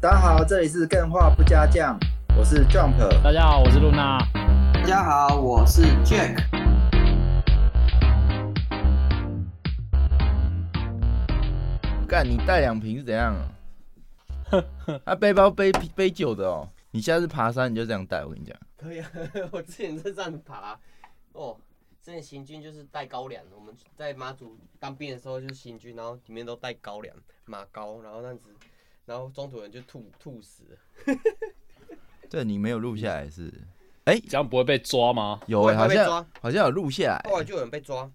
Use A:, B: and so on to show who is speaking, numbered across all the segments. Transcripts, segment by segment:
A: 大家好，这里是更画不加酱，我是 Jump。
B: 大家好，我是露娜。
C: 大家好，我是 Jack。
A: 干，你带两瓶是怎样啊？啊，背包背背酒的哦。你下次爬山你就这样带，我跟你讲。
D: 可以啊， 我之前在这样爬，哦，之前行军就是带高粱，我们在马祖当兵的时候就是行军，然后里面都带高粱、马高，然后那样子，然后中途人就吐吐死了。
A: 这你没有录下来是？哎
B: 这样不会被抓吗？
A: 有哎、
D: 会
A: 好
D: 会被
A: 像哎
D: 抓
A: 好像有录下来。
D: 后来就有人被抓，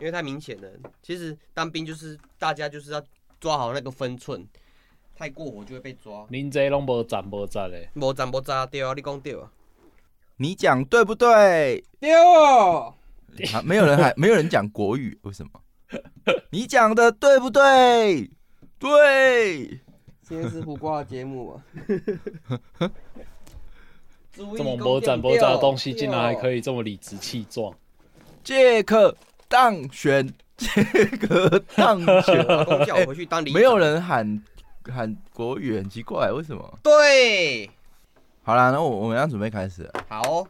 D: 因为太明显了。其实当兵就是大家就是要抓好那个分寸，太过火就会被抓。
B: 恁这拢无站无站嘞，
D: 无斩无扎对啊，你讲对啊，
A: 你讲对不对？
C: 丢，
A: 啊，没有人还没有人讲国语，为什么？你讲的对不对？对，
C: 今天是胡瓜的节目 啊，
B: 这么无站无站的东西竟然还可以这么理直气壮，
A: 杰克当选，杰克当选。
D: 老公叫我回去
C: 哎
D: 当里、
A: 没有人喊喊国语，很奇怪，为什么？
D: 对，
A: 好啦，那我我们要准备开始了。
D: 好哦、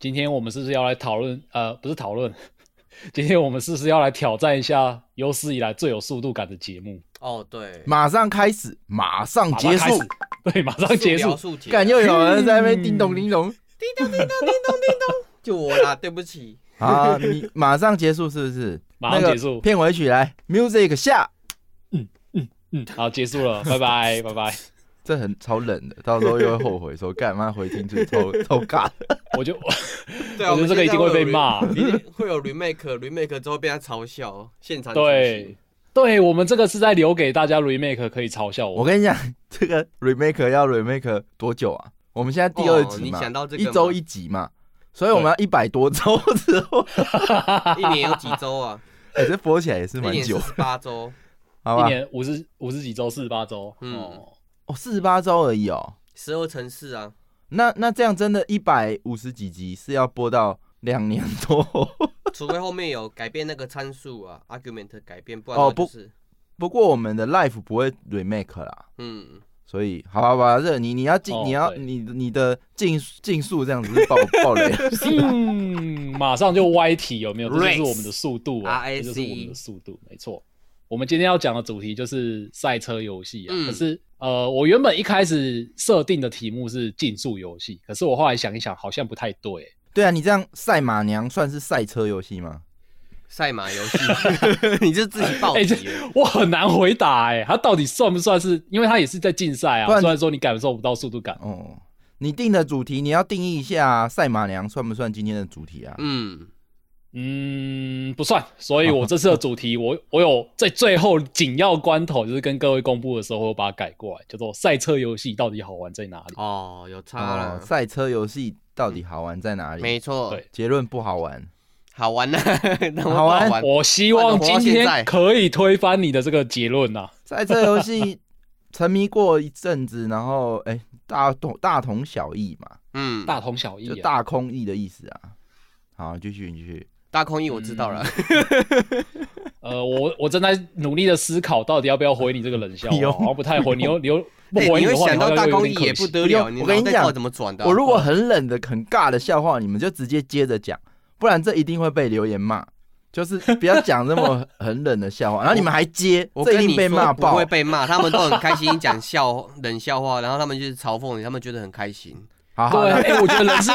B: 今天我们是不是要来讨论？呃，不是讨论， 今天我们是不是要来挑战一下有史以来最有速度感的节目？
D: 哦，对，
A: 马上开始，马上嗯结
B: 马上
A: 束。
B: 开始，对，马上结束。
D: 速解
A: 感又有人在那边叮咚叮咚。
D: 就我啦，对不起。
A: 好，你马上结束是不是？
B: 马上
A: 那个
B: 结束
A: 片尾曲来，music 下。
B: 嗯，好，结束 了，拜拜，拜拜。
A: 这很超冷的，到时候又会后悔说干嘛回进去 抽抽尬。
B: 我就
D: 对
B: 啊 我觉得这个一定会被骂
D: 一定 会有 remake，remake 之后被他嘲笑，现场处
B: 对
D: 刑。
B: 对，我们这个是在留给大家 remake 可以嘲笑
A: 我
B: 我。
A: 跟你讲，这个 remake 要 remake 多久啊？我们现在第二
D: 哦
A: 集
D: 你
A: 嘛，
D: 想到这个
A: 一
D: 吗
A: 周一集嘛，所以我们要一百多周之 后，
D: 一年有几周 啊？
A: 哎，这播起来也是
D: 一
A: 蛮
D: 年
A: 久
D: 四，十八周，
A: 好
B: 一
A: 吧？
B: 年五十五十几周，四十八周，
D: 嗯
B: 哦，
A: 哦，四十八周而已哦。
D: 十二乘四啊，
A: 那那这样真的，一百五十几集是要播到两年多，
D: 除非后面有改变那个参数啊，argument 改变，不然
A: 哦
D: 的话就是
A: 不过我们的 life 不会 remake 啦，
D: 嗯，
A: 所以好吧，好吧，这你你要进，
B: 哦
A: 你要
B: 对
A: 你你的竞竞速这样子是爆 爆雷，
B: 嗯，马上就歪题，有没有？这就是
D: Race
B: 我们的速度啊，这
D: RAC
B: 就是我们的速度，没错。我们今天要讲的主题就是赛车游戏啊。
D: 嗯
B: 可是，呃，我原本一开始设定的题目是竞速游戏，可是我后来想一想，好像不太对、
A: 对啊，你这样赛马娘算是赛车游戏吗？
D: 赛马游戏， 你就自己报
B: 哎、这
D: 题了。
B: 我很难回答哎、它到底算不算是？因为它也是在竞赛
A: 不
B: 啊，
A: 然
B: 虽然说你感受不到速度感。
A: 哦，你定的主题你要定义一下啊，赛马娘算不算今天的主题啊？
D: 嗯，
B: 嗯，不算。所以我这次的主题，我我有在最后紧要关头，就是跟各位公布的时候，我有把它改过来，叫做赛车游戏到底好玩在哪里？
D: 哦，有差
A: 哦，
D: 了，
A: 赛车游戏到底好玩在哪里？
D: 没错，
B: 对
A: 结论不好玩，
D: 好玩呐，啊 那么
A: 好玩
D: 玩，
B: 我希望今天可以推翻你的这个结论啊呐、
A: 赛车游戏沉迷过一阵子，然后哎、大同大同小异嘛，
D: 嗯，
B: 大同小异、
A: 就
B: 啊。
A: 大空翼的意思啊。好，继续你继续。
D: 大空翼我知道了，
B: 嗯呃，我我正在努力的思考，到底要不要回你这个冷 笑
A: 哎呦
B: 话，好像不太回 你又你又不
D: 哎
B: 回
D: 你
B: 的
D: 会
B: 话，
D: 想到
B: 你好
D: 大
B: 像又有
D: 空翼
B: 点可惜
D: 也不得了，
A: 不用
D: 你
A: 我跟你
D: 脑袋到底
A: 讲
D: 怎么转的啊？
A: 我如果很冷的、很尬的笑话，你们就直接接着讲，不然这一定会被留言骂。就是不要讲这么 很冷的笑话，然后你们还接，
D: 我
A: 这
D: 跟
A: 一
D: 你
A: 定被
D: 说
A: 骂
D: 不
A: 爆
D: 会。被骂，他们都很开心讲笑冷笑话，然后他们就是嘲讽你，他们觉得很开心。
A: 好好，
B: 对，
A: 那
B: 哎、我觉得人是，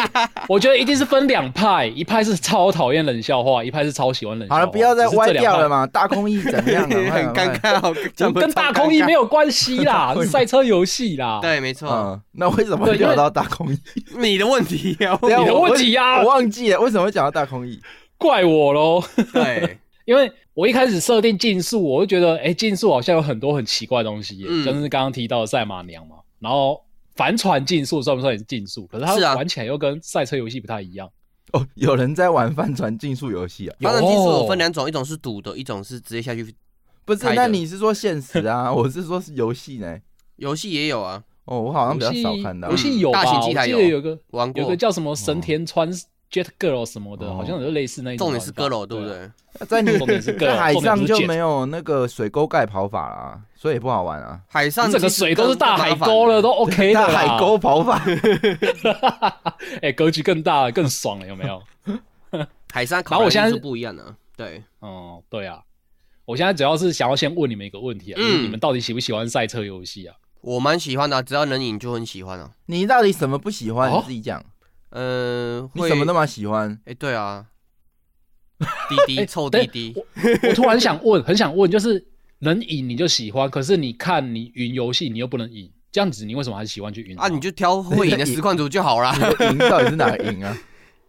B: 我觉得一定是分两派，一派是超讨厌冷笑话，一派是超喜欢冷笑
A: 好
B: 话。
A: 了，不要再
B: 只是
A: 歪
B: 这两
A: 掉
B: 派
A: 了。
D: 哦
A: 嘛。大空翼怎么 样啊？
D: 很尴尬哦，
B: 就跟大空翼没
D: 有
B: 有关系 啦，是赛车游戏啦。
D: 对，没
A: 快。
D: 错，
A: 嗯，那为什么
B: 对因为
A: 聊到大空翼？
D: 你的问题呀，
A: 等一下
B: 你的
A: 我
B: 问题啊
A: 我忘记了为什么会讲到大空翼。
B: 怪我喽。
D: 对，
B: 因为我一开始设定竞速，我就觉得，哎、竞速好像有很多很奇怪的东西耶，
D: 嗯
B: 像是刚刚提到的赛马娘嘛，然后帆船竞速算不算也是竞速？可是它
D: 是啊
B: 玩起来又跟赛车游戏不太一样。
A: 哦，有人在玩帆船竞速游戏啊？
D: 发展技术有分
B: 有
D: 两种，一种是赌的，一种是直接下去。
A: 不是，
D: 开的
A: 那你是说现实啊？我是说是游戏呢。
D: 游戏也有啊，
A: 哦，我好像比较少看到
B: 游。戏有吧？
D: 大型机
B: 我
D: 台
B: 记
D: 有
B: 得有一个
D: 玩
B: 有一
D: 过
B: 个。叫什么神田川 Jet Girl 什么的，
A: 哦
B: 好像有类似那一种
D: 重
B: 玩
D: 点
B: 法。
D: 是割楼，对不
B: 啊？
D: 对？
A: 在你
B: 重点是 Girl，
A: 在海
B: 重点
A: 上
B: 是
A: 就
B: Jet
A: 没有那个水沟盖跑法啦，所以也不好玩 啊。
D: 海上
B: 整个
D: 其实
B: 水都是
D: 更
B: 大海沟了，都 OK 的
A: 大
B: 啦。
A: 海 沟跑法，
B: 哎、格局更大了，更爽了，有没有？
D: 海上
B: 然
D: 考
B: 后我
D: 我
B: 现在
D: 现是不一样的，对，
B: 嗯，对啊。我现在主要是想要先问你们一个问题啊，就是
D: 嗯
B: 你们到底喜不喜欢赛车游戏啊？
D: 我蛮喜欢的啊，只要能赢就很喜欢啊。
A: 你到底什么不喜欢？
B: 哦
A: 你自己讲，
D: 嗯，
A: 你
D: 会
A: 什么那么喜欢？
D: 哎，对啊，滴
B: 哎
D: 滴臭
B: 等
D: 滴滴，
B: 我突然想问，很想问，就是能赢你就喜欢，可是你看你云游戏你又不能赢，这样子你为什么还喜欢去云
D: 啊，你就挑 会赢的实况组就好啦。
A: 赢到底是哪个赢 啊？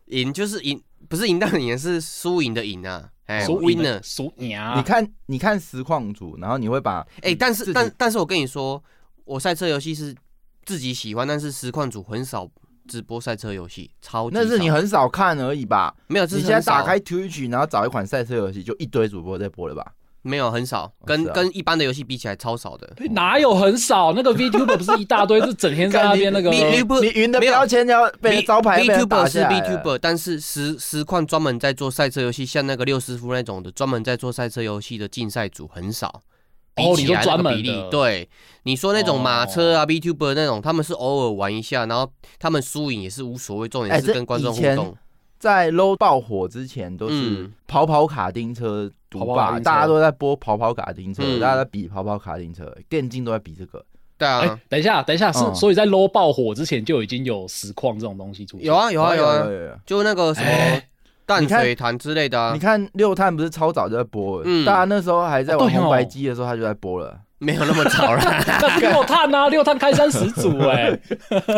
D: 赢就是赢，不是赢到赢，是输赢的赢啊。哎
B: 哦输赢
D: ，winner
B: 的。输赢啊？
A: 你看，你看实况组，然后你会把
D: 哎，
B: 嗯
D: 但
A: 自己
D: 是但但是我跟你说，我赛车游戏是自己喜欢，但是实况组很少直播赛车游戏，超级
A: 那是你
D: 少
A: 很少看而已吧？
D: 没有，这
A: 你
D: 是
A: 现在
D: 很少
A: 打开 Twitch，然后找一款赛车游戏，就一堆主播在播了吧？
D: 没有很少，跟
A: 是啊
D: 跟一般的游戏比起来超少的。
B: 哪有很少？那个 VTuber 不是一大堆，是整天在那 边那个
D: 你你不
A: 你云的
D: 没有
A: 标签要被
D: V-
A: 招牌被人打
D: VTuber 是
A: 下来了
D: VTuber，但是实实况专门在做赛车游戏，像那个六师傅那种的，专门在做赛车游戏的竞赛组很少。
B: 哦
D: 比起来
B: 你说专
D: 那
B: 门
D: 个
B: 的
D: 比例，对你说那种马车啊、VTuber 那种，他们是偶尔玩一下，然后他们输赢也是无所谓，重
A: 哎
D: 点是
A: 这
D: 跟观众
A: 以
D: 互
A: 前
D: 动。
A: 在 low 爆火之前，都是
D: 嗯
A: 跑跑卡丁车独
B: 跑跑卡
A: 霸，
B: 丁车
A: 大家都在播跑跑卡丁车，
D: 嗯
A: 大家在比跑跑卡丁车，电竞都在比这个。
D: 对
B: 哎、
D: 啊，
B: 等一下，等一下，是、
A: 嗯
B: 所以在 low 爆火之前就已经有实况这种东西出现。
D: 有，啊有啊有啊，
A: 有有。
D: 就那个什么
B: 哎
D: 淡
A: 你看
D: 水潭之类的啊
A: 你，看六探不是超早就在播了，
D: 嗯
A: 大家那时候还在
B: 哦
A: 玩
B: 对哦
A: 红白机的时候，他就在播了。
D: 没有那么早啦。
B: 那是六探啊，六探开山始 祖哎、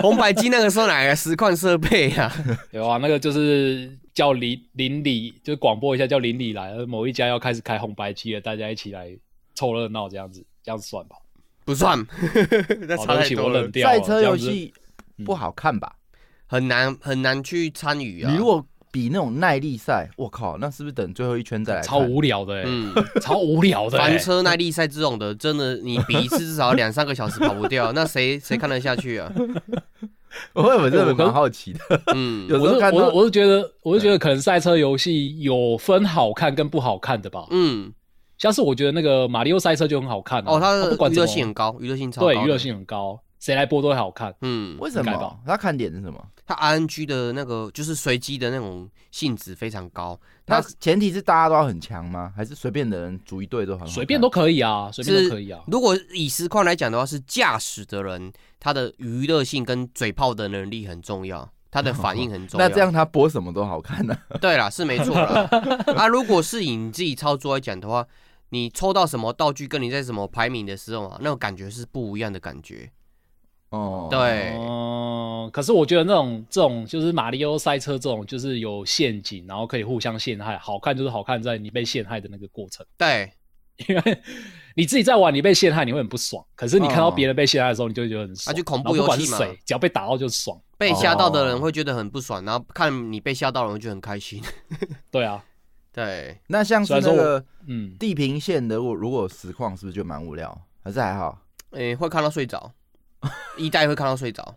D: 红白机那个时候哪来的实况设备啊？
B: 有啊，那个就是叫邻邻里，就是广播一下叫邻里来，某一家要开始开红白机了，大家一起来凑热闹这样子，这样子算吧。
D: 不算， 那
B: 好、对不
D: 差太
B: 起，
D: 多
B: 我
D: 了
B: 冷，掉了。
A: 赛车
B: 这样
A: 游
B: 子，
A: 戏
B: 嗯
A: 不好看吧？
D: 很难很难去参与啊。
A: 你如果比那种耐力赛，我靠，那是不是等最后一圈再来看？
B: 超无聊的、欸，
D: 嗯，
B: 超无聊 的、欸。
D: 凡车耐力赛这种的，真的你比一次至少两三个小时跑不掉，那谁谁看得下去啊？
A: 我我真
B: 哎
A: 的
B: 我
A: 蛮好奇的，
D: 嗯
A: 有时
B: 我
A: 候
B: 是
A: 看
B: 我是
A: 到
B: 我是觉得，我是觉得可能赛车游戏有分好看跟不好看的吧。
D: 嗯，
B: 像是我觉得那个马里奥赛车就很好看、啊、
D: 哦，它
B: 不
D: 的
B: 管
D: 娱
B: 怎
D: 乐
B: 么
D: 性很高，娱乐性超高，
B: 对娱乐，性很高，谁来播都会好看。
D: 嗯，
A: 为什
B: 改吧
A: 么？他看点是什么？
D: 它 RNG 的那个就是随机的那种性质非常高，
A: 他
D: 它
A: 前提是大家都要很强吗？还是随便的人组一队都很好看？
B: 随便都可以啊，随便
D: 是
B: 都可以啊。
D: 如果以实况来讲的话，是驾驶的人他的娱乐性跟嘴炮的能力很重要，他的反应很重要。
A: 那这样他播什么都好看呢、
D: 对啦，是没错啦。啊，如果是以你自己操作来讲的话，你抽到什么道具，跟你在什么排名的时候啊，那种感觉是不一样的感觉。
A: 哦，
B: 哎
D: 对，
B: 嗯，可是我觉得那种这种就是马里奥赛车这种，就是有陷阱，然后可以互相陷害，好看就是好看在你被陷害的那个过程，
D: 对，
B: 因为你自己在玩，你被陷害你会很不爽，可是你看到
A: 哦
B: 别人被陷害的时候，你就会觉得很爽。
D: 啊就恐怖
B: 然后不管
D: 游戏
B: 是
D: 嘛
B: 谁，只要被打到就爽。
D: 被吓到的
A: 哦
D: 人会觉得很不爽，然后看你被吓到的人会觉得很 开心。
B: 对啊，
D: 对，
A: 那像是那
B: 虽然说
A: 个
B: 嗯，
A: 地平线的，我如果有实况是不是就蛮无聊？还是还好？
D: 诶、会看到 睡着，一代会看到睡着。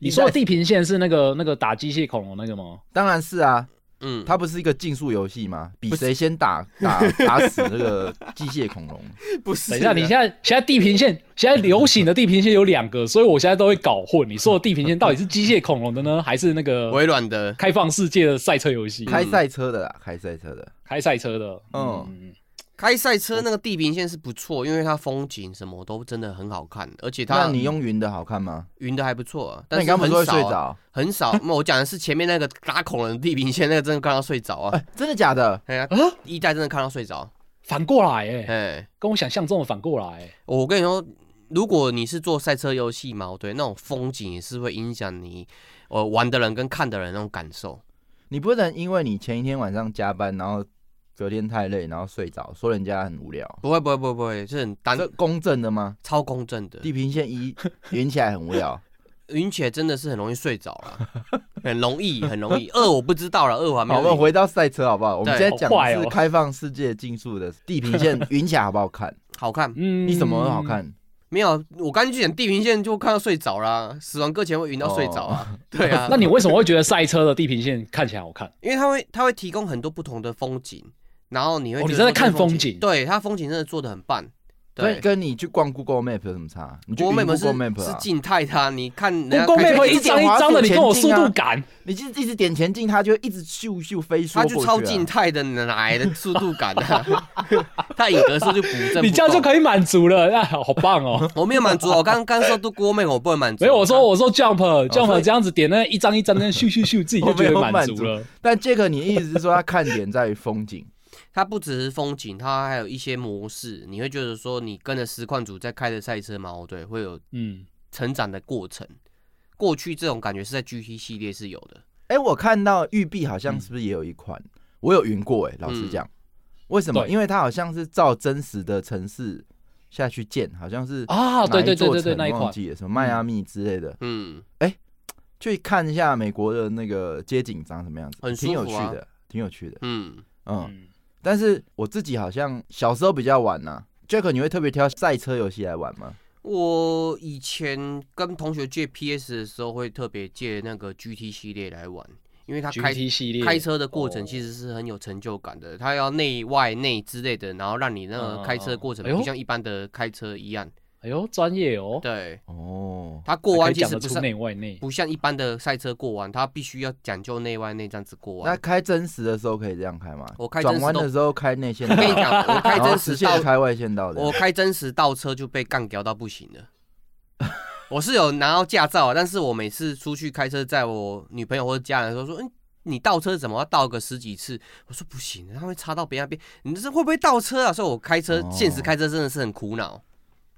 B: 你说的地平线是那个那个打机械恐龙那个吗？
A: 当然是啊，
D: 嗯，
A: 它不是一个竞速游戏吗？比谁先打 打打死那个机械恐龙。
D: 不是
B: 等一下，你现在现在地平线现在流行的地平线有两个，所以我现在都会搞混。你说的地平 线到底是机械恐龙的呢，还是那个
D: 微软的
B: 开放世界的赛车游戏？
A: 开赛车的啦，开赛车的。
B: 开赛车的，
A: 嗯
B: 嗯，
D: 开赛车那个地平线是不错，因为它风景什么都真的很好看，而且它
A: 那你用云的好看吗？
D: 云的还不错、啊，
A: 那
D: 但
A: 你
D: 是
A: 刚不
D: 很
A: 是会
D: 少
A: 睡
D: 啊
A: 着？
D: 很少。那我讲的是前面那个打孔人的地平线，那个真的看到睡着啊！
A: 哎，真的假的？
D: 哎呀，一代真的看到睡着。
B: 反过来哎、
D: 哎，
B: 跟我想象中的反过来、欸。
D: 我跟你说，如果你是做赛车游戏嘛，对，那种风景也是会影响你呃玩的人跟看的人那种感受。
A: 你不能因为你前一天晚上加班，然后隔天太累，然后睡着，说人家很无聊。
D: 不会，不会，不会，不会，是很单
A: 这公正的吗？
D: 超公正的。
A: 地平线 一连起来很无聊。
D: 云且真的是很容易睡着啦，很容易，很容易。二我不知道了，二我还没
A: 好，我们
D: 有。
A: 回到赛车好不好？我们
D: 对
A: 现在讲
B: 好坏
A: 的
B: 哦
A: 是 开放世界竞速的地平线，云起来好不好看？
D: 好看，
B: 嗯
A: 你什么都好？看？
D: 没有，我刚去讲地平线就看到睡着啦，死亡搁浅会晕到睡着啊。对啊，
B: 那你为什么会觉得赛车的地平线看起来好看？
D: 因为它会它会提供很多不同的风景，然后你会
B: 哦
D: 觉得
B: 你真的
D: 说这
B: 看
D: 风
B: 风景
D: 对它风景真的做的很棒。对
A: 跟，跟你去逛 Google Map 有什么差？你去
D: 国美
A: 云
D: 们是
A: Google Map
D: 是
A: 啊，
D: 静态它，你看 人 家
B: Google
D: 开
B: Map
D: 车
B: 会一张一张的，你跟我
D: 啊
B: 速度感，
A: 你就一直点前进，它就会一直咻咻飞速
D: 它
A: 过
D: 就
A: 去啊。
D: 超静态的，哪来的速度感 啊？它影格数就补正，
B: 你这样就可以满足了，那好好棒 哦。
D: 以。我没有满足啊，我刚刚说都郭妹，我不能满足。
B: 没有，我说我说 jump
A: 所
B: jump
A: 以
B: 这样子点那一张一张那咻咻咻，自 己就觉
A: 我没
B: 得
A: 有
B: 满
A: 满
B: 足
A: 足
B: 了。
A: 但杰克，你的意思是说它看点在于风 景？
D: 它不只是风景，它还有一些模式，你会觉得说你跟着实况组在开着赛车嘛，哦对，会有
B: 嗯，
D: 成长的过程。过去这种感觉是在 GT 系列是有的，
A: 哎、我看到玉碧好像是不是也有一款？
D: 嗯
A: 我有云过哎、老实讲，为什么？
B: 对
A: 因为它好像是照真实的城市下去建，好像是
B: 啊，对对对对对，那一
A: 一
B: 款
A: 忘，记了什么迈阿密之类的，
D: 嗯，
A: 去看一下美国的那个街景长什么样子，
D: 很舒
A: 挺
D: 服啊
A: 有趣的，挺有趣的。
D: 嗯，
A: 嗯，
B: 嗯，
A: 但是我自己好像小时候比较晚呐、Jack，你会特别挑赛车游戏来玩吗？
D: 我以前跟同学借 PS 的时候，会特别借那个 GT 系列来玩，因为它开
B: GT 系列
D: 开车的过程
B: 哦
D: 其实是很有成就感的，它要内外内之类的，然后让你那
B: 嗯嗯
D: 个开车
B: 嗯
D: 过程
B: 哎呦
D: 不像一般的开车一样。
B: 哎呦，专业哦，
D: 对，
A: 哦，
D: 它过
B: 还
D: 弯
B: 可以
D: 其
B: 讲
D: 实
B: 得
D: 不
B: 出
D: 是
B: 内外内。
D: 不像一般的赛车过弯，它必须要讲究内外内这样子过
A: 那
D: 弯。
A: 开真实的时候可以这样开吗？
D: 我开真
A: 转
D: 实
A: 弯
D: 都
A: 的时候开内线
D: 我
A: 道，
D: 跟你讲，我开
A: 然后
D: 真
A: 实
D: 实
A: 线
D: 到
A: 开外线道的。
D: 我开真实倒车就被干掉到不行了。 我是有拿到驾照啊，但是我每次出去开车，在我女朋友或者家人说说，嗯，你倒车怎么要倒个十几次？我说不行，他会插到别人那边，你这是会不会倒车啊？所以我开车，
A: 哦
D: 现实开车真的是很苦恼。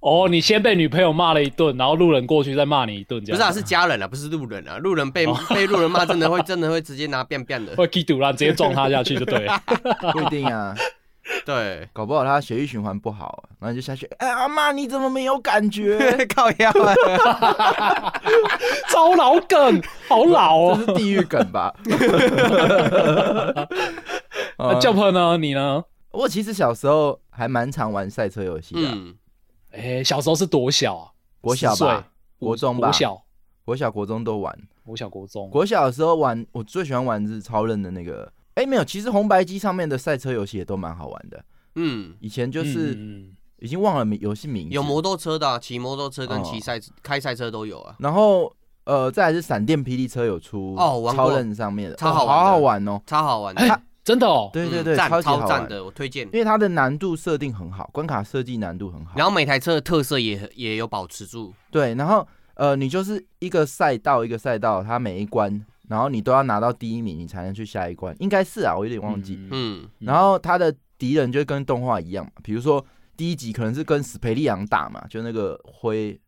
B: 哦，你先被女朋友骂了一顿，然后路人过去再骂你一顿，这
D: 不
B: 样
D: 是啊，是家人啊，不是路人啊，路人被被路人骂，真的会真的会直接拿变变的。
B: 会 k 堵啦，直接撞他下去就对了。
A: 不一定 啊，
D: 对，
A: 搞不好他血液循环不好，然后就下去。哎，阿妈你怎么没有感 觉？
D: 靠腰啊，
B: 超老梗，好老
A: 这
B: 哦。
A: 是地狱梗 吧？ 哦啊
B: 那呃 Jump 呢？你呢？
A: 我其实小时候还蛮常玩赛车游戏的，啊
D: 嗯，
B: 哎，小时候是多小啊？
A: 国小
B: 10岁
A: 吧，国中吧
B: 国，小，
A: 国小国中都玩。
B: 国小国中。
A: 国小的时候玩，我最喜欢玩是超人的那个。哎，没有，其实红白机上面的赛车游戏也都蛮好玩的。
D: 嗯，
A: 以前就
B: 嗯
A: 是
B: 嗯嗯
A: 已经忘了名游戏名字，
D: 有摩托车的啊，骑摩托车跟
A: 哦嗯
D: 骑赛开赛车都有啊。
A: 然后呃，再来是闪电霹雳车有出
D: 哦玩过
A: 超人上面的，
D: 超好
A: 哦
D: 玩的
A: 好好玩哦。
D: 超好玩的，
B: 哎，真的哦。
A: 对对
D: 嗯
A: 对，
D: 赞
A: 超级好
D: 超
A: 玩
D: 赞。的，我推荐。
A: 因为它的难度设定很好，关卡设计难度很好。
D: 然后每台车的特色也也有保持住，
A: 对，然后呃，你就是一个赛道一个赛道，它每一关，然后你都要拿到第一名，你才能去下一关，应该是啊，我有点忘记。
B: 嗯
D: 嗯，
A: 然后它的敌人就跟动画一样嘛，比如说第一集可能是跟史培利昂打嘛，就那个灰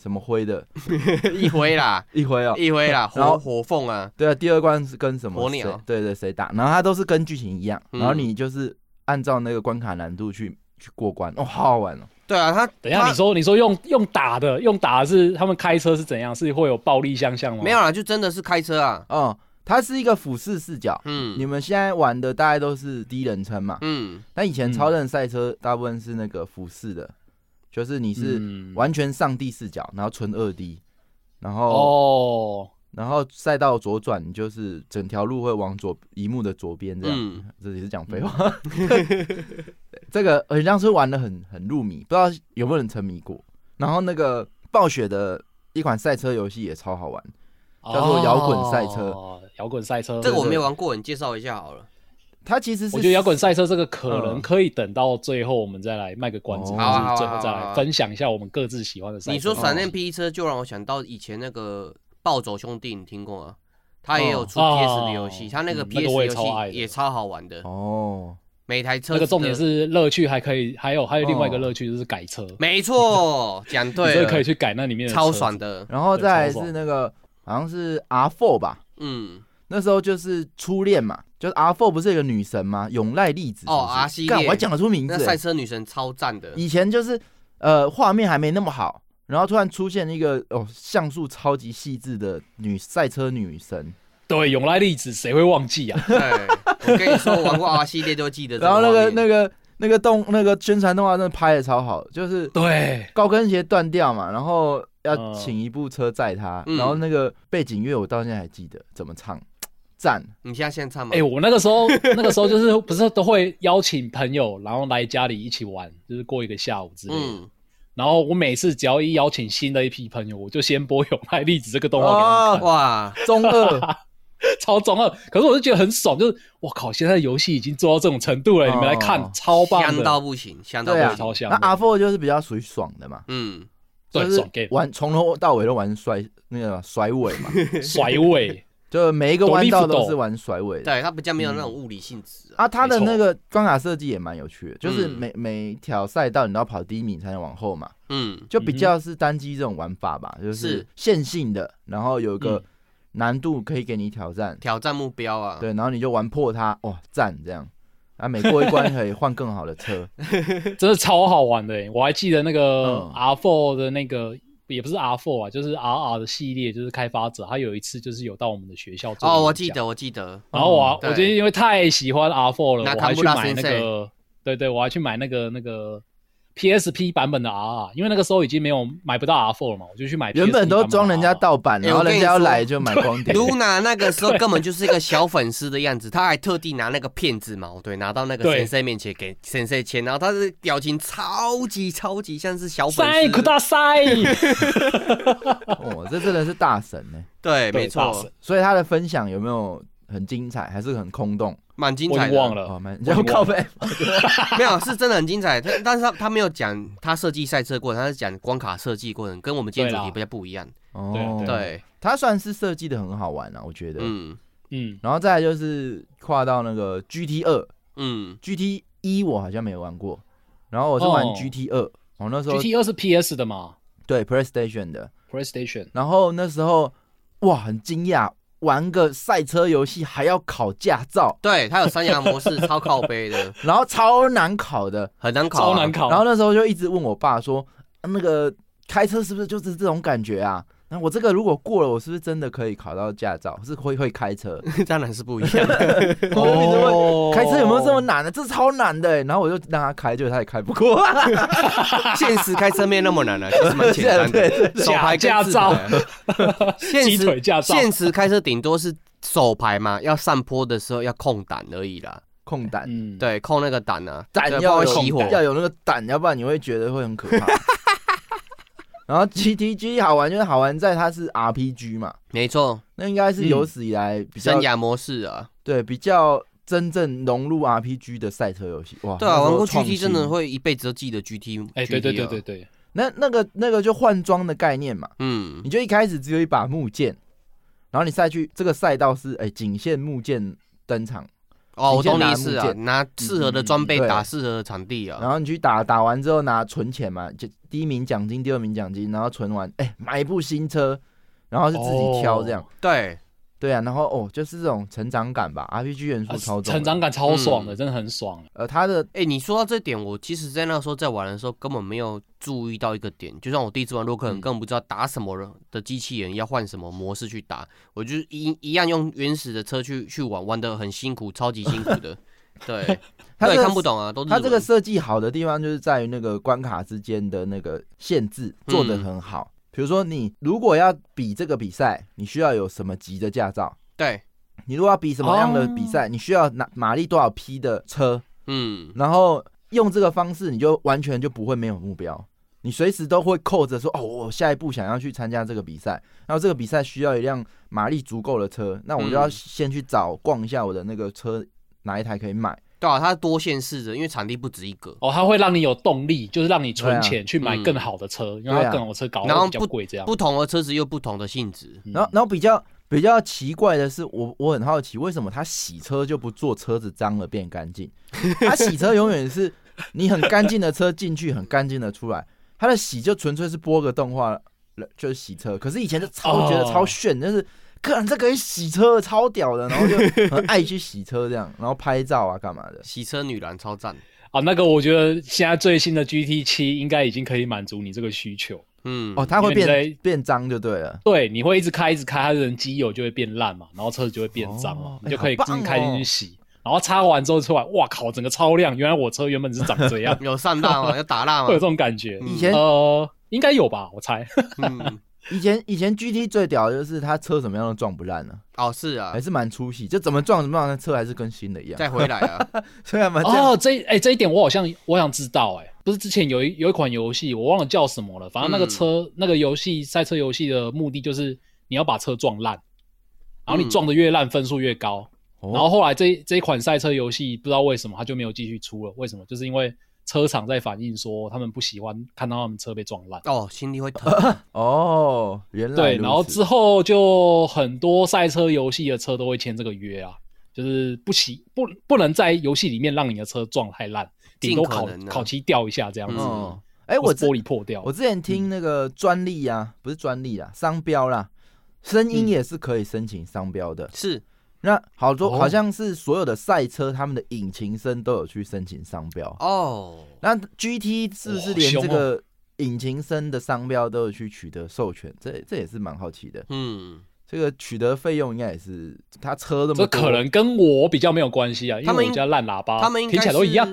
A: 什么灰的
D: 嗯 一 回啦，
A: 一灰哦。
D: 一回啦，
A: 然后
D: 火火凤啊，
A: 对啊，第二关是跟什么
D: 鸵
A: 谁
D: 鸟
A: 对对，谁打？然后它都是跟剧情一样，然后
D: 嗯
A: 你就是按照那个关卡难度去去过关，哦，好好玩哦。
D: 对啊，他
B: 等一下，
D: 他
B: 你说你说用用打的，用打的是他们开车是怎样？是会有暴力相向吗？
D: 没有，啊啦，就真的是开车啊，
A: 哦，它是一个俯视视角，你
D: 嗯
A: 们现在玩的大概都是第一人称嘛，
D: 嗯，
A: 但以前超人赛车大部分是那个俯视的，就是你是
B: 嗯
A: 完全上帝视角，然后纯二 D，然后、
B: 哦，
A: 然后赛道左转，你就是整条路会往左一幕的左边这样。
D: 嗯
A: 这里是讲废话， 这个很像是玩的很很入迷，不知道有没有人沉迷过。然后那个暴雪的一款赛车游戏也超好玩，叫做摇滚赛车
B: 哦，摇滚赛车。
D: 这个我没有啊玩过，你介绍一下好了。
A: 它其实是
B: 我觉得摇滚赛车这个可能
A: 嗯
B: 可以等到最后我们再来卖个关子，
A: 哦
B: 就
A: 好啊
D: 好啊
B: 是最后再
D: 好啊好
B: 来
D: 啊
B: 分享一下我们各自喜欢的赛车。
D: 你说
A: 哦
D: 闪电霹雳车就让我想到以前那个暴走兄弟，你听过吗？他也有出
B: 哦
D: PS 的游戏，他那个
B: 嗯那个
D: PS
B: 我也
D: 游
B: 超爱
D: 戏
B: 的
D: 也超好玩的，
A: 哦，
D: 每台车
B: 那个
D: 子
B: 重
D: 的
B: 点，是乐趣，还可以还有还有另外一个
A: 哦
B: 乐趣就是改车，
D: 没错，讲
B: 你
D: 对
B: 这个可以
D: 了，
B: 去改那里面的
D: 超
B: 车子
D: 爽。的，
A: 然后再来
B: 对超爽
A: 是那个好像是 R Four 吧，
D: 嗯，
A: 那时候就是初恋嘛，就是 R Four 不是有个女神吗？永濑丽子是
D: 哦
A: 不是
D: R 系列
A: 干我还讲得出名字
D: 那赛
A: 欸。
D: 车女神超赞的，
A: 以前就是呃画面还没那么好，然后突然出现一个哦像素超级细致的女赛车女神，
B: 对，永濑粒子谁会忘记啊？
D: 对，我跟你说，玩过 R 系列都会记得这
A: 然后那
D: 画
A: 个
D: 面
A: 那个那个动那个宣传动画真的拍的超好，就是
B: 对，
A: 高跟鞋断掉嘛，然后要
B: 嗯
A: 请一部车载他，
D: 嗯
A: 然后那个背景乐我到现在还记得怎么唱，赞，
D: 你现在现在唱吗？
B: 哎、我那个时候那个时候就是不是都会邀请朋友，然后来家里一起玩，就是过一个下午之类的。
D: 嗯，
B: 然后我每次只要一邀请新的一批朋友，我就先播《永爱粒子》这个动画给他
A: 哦
B: 们看，
D: 哇，
A: 中 二，
B: 超中二。可是我就觉得很爽，就是我靠，现在游戏已经做到这种程度了，
A: 哦
B: 你们来看，超棒
D: 香到
B: 的，
D: 不行，香到
A: 对啊
D: 不
B: 超
D: 行。
B: 香
A: 那
B: 的。
A: 阿 Four 就是比较属于爽的嘛，
D: 嗯，
A: 就
B: 对，
A: 是
B: 爽 game
A: 玩从头到尾都玩甩那个甩尾 嘛，
B: 甩尾，
A: 就每一个
B: 抖
A: 弯
B: 力
A: 道
B: 不
A: 都
B: 抖
A: 是玩甩尾的。
D: 对，它比较没有那种物理性质啊。
A: 啊，它的
B: 没错
A: 那个关卡设计也蛮有趣的，就是
D: 嗯
A: 每、每一条赛道你都要跑第一名才能往后嘛，
D: 嗯
A: 就比较是单机这种玩法吧，就是
D: 是
A: 线性的，然后有一个
B: 嗯
A: 难度可以给你挑战，
D: 挑战目标啊。
A: 对，然后你就玩破它，哇，赞这样。啊，每过一关可以换更好的 车，
B: 真的超好玩的欸。我还记得那个
A: 嗯
B: R Four 的那个。也不是 R Four 啊，就是 R R 的系列，就是开发者，他有一次就是有到我们的学校做
D: 哦，我
B: 演
D: 记
B: 讲
D: 得，我记得。
B: 然后我啊、
A: 嗯
D: 对
B: 我最近因为太喜欢 R Four 了，
D: 那
B: 我
D: 看
B: 还
D: 不
B: 去
D: 到
B: 买那
D: 先
B: 个，对对，我还去买那个那个 PSP 版本的 R，因为那个时候已经没有买不到 R Four 了嘛，我就去买 PSP 版本的 RR。
A: 原本都装人家盗版，
D: 哎
A: 然后
D: 我跟
A: 人
D: 你
A: 家要
D: 说
A: 来就买光 碟，
D: Luna 那个时候根本就是一个小粉丝的样子，他还特地拿那个片子嘛，哦对，拿到那个
B: 对
D: 先生面前给先生签，然后他的表情超级超级像是小粉
B: 塞
D: 丝
B: 苦，大塞，
A: 哦，这真的是大神呢。
D: 对，
B: 对
D: 没
B: 大
D: 错
B: 神，
A: 所以他的分享有没有很精彩，还是很空洞？
D: 蛮精
B: 我已
D: 彩
B: 经忘
D: 的，啊
B: 了。
A: 哦，蛮
B: 我已经
A: 要
B: 忘了
A: 靠背，
D: 没有是真的很精彩，他但是他他没有讲他设计赛车过程，他是讲光卡设计过程，跟我们今天
B: 对
D: 主
B: 啦
D: 题比较不一样，
A: 哦，
B: 对啊
D: 对，
A: 它算是设计的很好玩啊，我觉得。
D: 嗯
B: 嗯，
A: 然后再来就是跨到那个 GT 二
D: 嗯，
A: ，GT 一我好像没有玩过，然后我是玩
B: 哦
A: GT 二、我那时候
B: GT 二是 PS 的嘛
A: 对 PlayStation 的，
B: ，PlayStation。
A: 然后那时候哇很惊讶，玩个赛车游戏还要考驾照，
D: 对，他有三亚模式，超靠背的，
A: 然后超难考的，
D: 很难考、
B: 超
D: 啊，
B: 难考，
A: 然后那时候就一直问我爸说，啊那个开车是不是就是这种感觉啊？那我这个如果过了，我是不是真的可以考到驾照？是会会开车？
D: 当然是不一样。
A: 我就一直问
B: 哦
A: 开车有没有这么？难的、这超难的欸、然后我就让他开，结果他也开不过。
D: 现实开车没那么难了、其实蛮简单
B: 啊
A: 对
D: 的，手牌跟自排啊。 现
B: 哦鸡腿
D: 实
B: 驾照
D: 现实开车顶多是手牌嘛，要上坡的时候要控档而已啦。
A: 空档，
B: 嗯，
D: 对，控那个档啊，
A: 胆
D: 对
A: 要
D: 不然
A: 有
D: 会熄火。
A: 要有那个胆，要不然你会觉得会很可怕。 然后 G T G 好玩，就是好玩在它是 R P G 嘛，
D: 没错，
A: 那应该是有史以来比较、
D: 嗯生涯模式啊。
A: 对比较真正融入 R P G 的赛车游戏。
B: 哦
A: 哇，
D: 对啊，
A: 那时候
D: 玩过
A: 创
D: GT
A: 新
D: 真的会一辈子都记得 GT。
B: 哎，对对
A: 哦
B: 对
D: 哦
B: 对，对，
A: 那那个那个就换装的概念嘛，
D: 嗯
A: 你就一开始只有一把木剑，然后你赛去这个赛道是哎仅限木剑登场。
D: 哦，我懂你
A: 你
D: 意
A: 先
D: 思
A: 拿
D: 啊
A: 木，剑
D: 拿适合的装备
A: 嗯嗯嗯
D: 打
A: 对
D: 适合的场地啊。
A: 然后你去打，打完之后拿存钱嘛，就第一名奖金，第二名奖金，然后存完，哎、买一部新车，然后是自己挑这样。
B: 哦
D: 对，
A: 对啊，然后哦，就是这种成长感吧，RPG 元素
B: 呃
A: 超重的、
B: 成长感超爽的，
D: 嗯
B: 真的很爽。
A: 呃，它的
D: 哎、你说到这点，我其实在那时候在玩的时候根本没有注意到一个点，就像我第一次玩洛克人，
B: 嗯
D: 根本不知道打什么人的机器人要换什么模式去打，我就一一样用原始的车去去玩，玩的很辛苦，超级辛苦 的。对，
A: 它
D: 我
A: 这
D: 也
A: 个
D: 看不懂啊，都是
A: 它这个设计好的地方就是在于那个关卡之间的那个限制
B: 嗯
A: 做得很好。比如说你如果要比这个比赛，你需要有什么级的驾照？
D: 对，
A: 你如果要比什么样的比
B: 哦
A: 赛，你需要拿马力多少匹的车？
D: 嗯，
A: 然后用这个方式，你就完全就不会没有目标，你随时都会扣着说，哦，我下一步想要去参加这个比赛，然后这个比赛需要一辆马力足够的车，那我就要
D: 嗯
A: 先去找逛一下我的那个车哪一台可以买，
D: 对啊，它是多线式的，因为场地不止一个，
B: 哦，它会让你有动力，就是让你
A: 对啊
B: 存钱去买
D: 嗯
B: 更好的车，因为
A: 对
B: 它
A: 啊
B: 更好的车搞
D: 然后
B: 得比较贵这样。
D: 不同的车子又不同的性质。
B: 嗯
A: 然后然后比较。比较奇怪的是，我我很好奇，为什么他洗车就不做车子脏了变干净？他洗车永远是你很干净的车进去，很干净的出来，他的洗就纯粹是播个动画了，就是洗车。可是以前就超
B: 哦
A: 觉得超炫，就是看这可以洗车，超屌的，然后就很爱去洗车这样，然后拍照啊干嘛
B: 嗯
A: 的。
D: 洗车女郎超赞，
B: 啊，那个我觉得现在最新的 GT 七应该已经可以满足你这个需求。
D: 嗯，，
A: 哦，它会
B: 因为你
A: 变
B: 在
A: 变脏就对了。
B: 对，你会一直开一直开，它的人机油就会变烂嘛，然后车子就会变脏嘛
A: 哦，
B: 你就可以
A: 哎好
B: 自
A: 棒
B: 己开进去洗。然后擦完之后出来，哇靠，整个超亮！原来我车原本是长这样
D: 有上蜡吗？有打蜡吗
B: 会有这？种感觉。
A: 以前
B: 呃，应该有吧，我猜。
D: 嗯，
A: 以前以前 GT 最屌的就是它车怎么样都撞不烂呢、
D: 哦是啊
A: 还，是蛮出息，就怎么撞怎么撞，那车还是跟新的一样，
D: 再回 来啊，
A: 虽然蛮这样。
B: 哦，这一哎、这一点我好像我想知道哎、不是之前有一有一款游戏我忘了叫什么了，反正那
A: 嗯
B: 个车、那个游戏赛车游戏的目的就是你要把车撞烂，然后你
D: 嗯
B: 撞的越烂分数越高。
A: 哦
B: 然后后来这这一款赛车游戏不知道为什么它就没有继续出了，为什么？就是因为车厂在反映说他们不喜欢看到他们车被撞烂。
D: 哦心里会疼，
A: 哦，原来
B: 对，
A: 如
B: 然后
A: 此
B: 之后就很多赛车游戏的车都会签这个约啊，就是不喜不不能在游戏里面让你的车撞太烂，顶多
D: 尽可
B: 烤
D: 能啊
B: 烤漆掉一下这样子，
A: 哦，哎、
B: 或
A: 我
B: 是
A: 之
B: 玻璃嗯破掉。
A: 我之前听那个专利啊，不是专利啦，商标啦，声音
B: 嗯
A: 也是可以申请商标的。
D: 是
A: 那好多、
B: 哦
A: 好像是所有的赛车，他们的引擎声都有去申请商标。
D: 哦，
A: 那 GT 是不是
B: 哇
A: 连
B: 凶哦
A: 这个引擎声的商标都有去取得授权？这这也是蛮好奇的。
D: 嗯，
A: 这个取得费用应该也是他车那么多，
B: 这可能跟我比较没有关系啊，因
D: 他们
B: 为
D: 应
B: 我家烂喇叭，
D: 他们应
B: 听
D: 该
B: 起来都一样。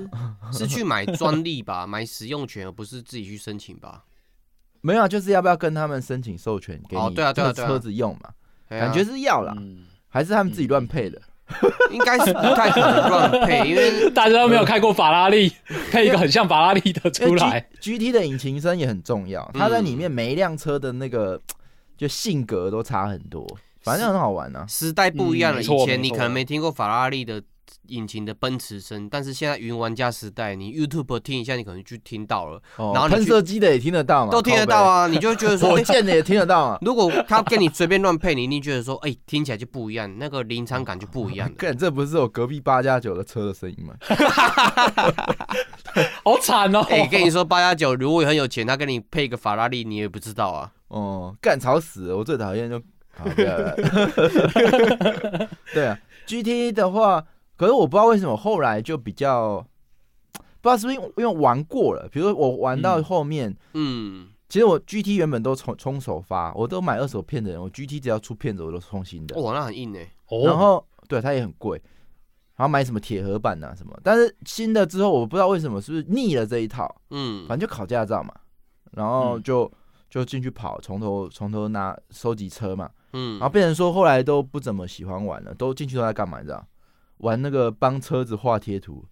D: 是，是去买专利吧， 买使用权，而不是自己去申请吧？
A: 没有啊，就是要不要跟他们申请授权给
D: 哦
A: 你
D: 对啊对啊
A: 这
D: 对
A: 个
D: 啊
A: 车子用嘛？
D: 哎呀
A: 感觉是要啦，
B: 嗯，
A: 还是他们自己乱配的？
D: 应该是不太可能乱 配，因为
B: 大家都
A: 嗯
B: 没有开过法拉利，开一个很像法拉利的嗯出
A: 因为
B: 来，
A: G T 的引擎声也很重要，
D: 嗯
A: 它在里面每一辆车的那个就性格都差很多，反正很好玩啊。
D: 时代不一样
B: 嗯
D: 了。
B: 没
D: 以
B: 错
D: 前
B: 没
D: 你
B: 错
D: 可能没听过法拉利的引擎的奔驰声，但是现在云玩家时代，你 YouTube 听一下，你可能就听到了，
A: 哦，
D: 然后你
A: 喷
D: 去
A: 射机的也听得到嘛，
D: 都听得到啊，你就会觉得
A: 靠北，。
D: 说
A: 火
D: 哎。
A: 箭的也听得到嘛
D: 如果他跟你随便乱配，你一定觉得说，哎、听起来就不一样，那个临场感就不一 样了。
A: 看，这不是我隔壁八加九的车的声音吗？
B: 好惨哦！
D: 哎、跟你说，八加九如果很有钱，他跟你配个法拉利，你也不知道啊。
A: 哦，干吵死了！我最讨厌就，好不要了 对啊，GT 的话，可是我不知道为什么后来就比较，不知道是不是因为因为玩过了，比如说我玩到
B: 嗯
A: 后面，
D: 嗯，
A: 其实我 GT 原本都冲冲首发，我都买二手片的人，我 GT 只要出片子我都冲新的，
D: 哇，那很硬哎、
B: 哦
A: 然后对它也很贵，然后买什么铁盒版啊什么，但是新的之后我不知道为什么是不是腻了这一套，
D: 嗯，
A: 反正就考驾照嘛，然后
B: 嗯
A: 就就进去跑，从头从头拿收集车嘛，
D: 嗯，
A: 然后变成说后来都不怎么喜欢玩了，都进去都在干嘛？你知道？玩那个帮车子画贴 图，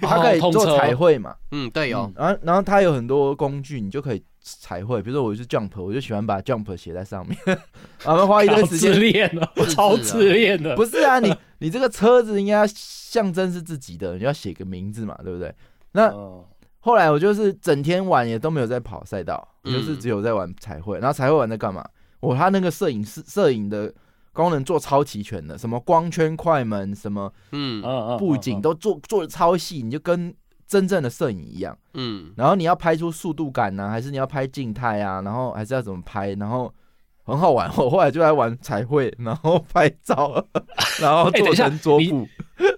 A: 它可以
B: 通
A: 做
B: 车
A: 彩绘嘛，
D: 嗯，对哦，
A: 然后然后它有很多工具，你就可以彩绘。比如说我是 jump，我就喜欢把 jump 写在上面， 然后花一
B: 好
A: 堆时
B: 自
A: 间。啊
B: 恋了，我超自恋的，
A: 不是啊，你你这个车子应该要象征是自己的，你要写个名字嘛，对不对？那
B: 嗯
A: 后来我就是整天玩也都没有在跑赛道，我
D: 嗯
A: 就是只有在玩彩绘。然后彩绘玩在干嘛？我他那个摄影师摄影的功能做超齐全的，什么光圈、快门、什么
D: 嗯
B: 嗯嗯，
A: 布景
B: 嗯
A: 都做做的超细，你就跟真正的摄影一样。
D: 嗯，
A: 然后你要拍出速度感呐、还是你要拍静态啊？然后还是要怎么拍？然后很好玩。我后来就在玩彩绘，然后拍照， 然后
B: 哎等
A: 做
B: 一下
A: 成桌
B: 你
A: 布。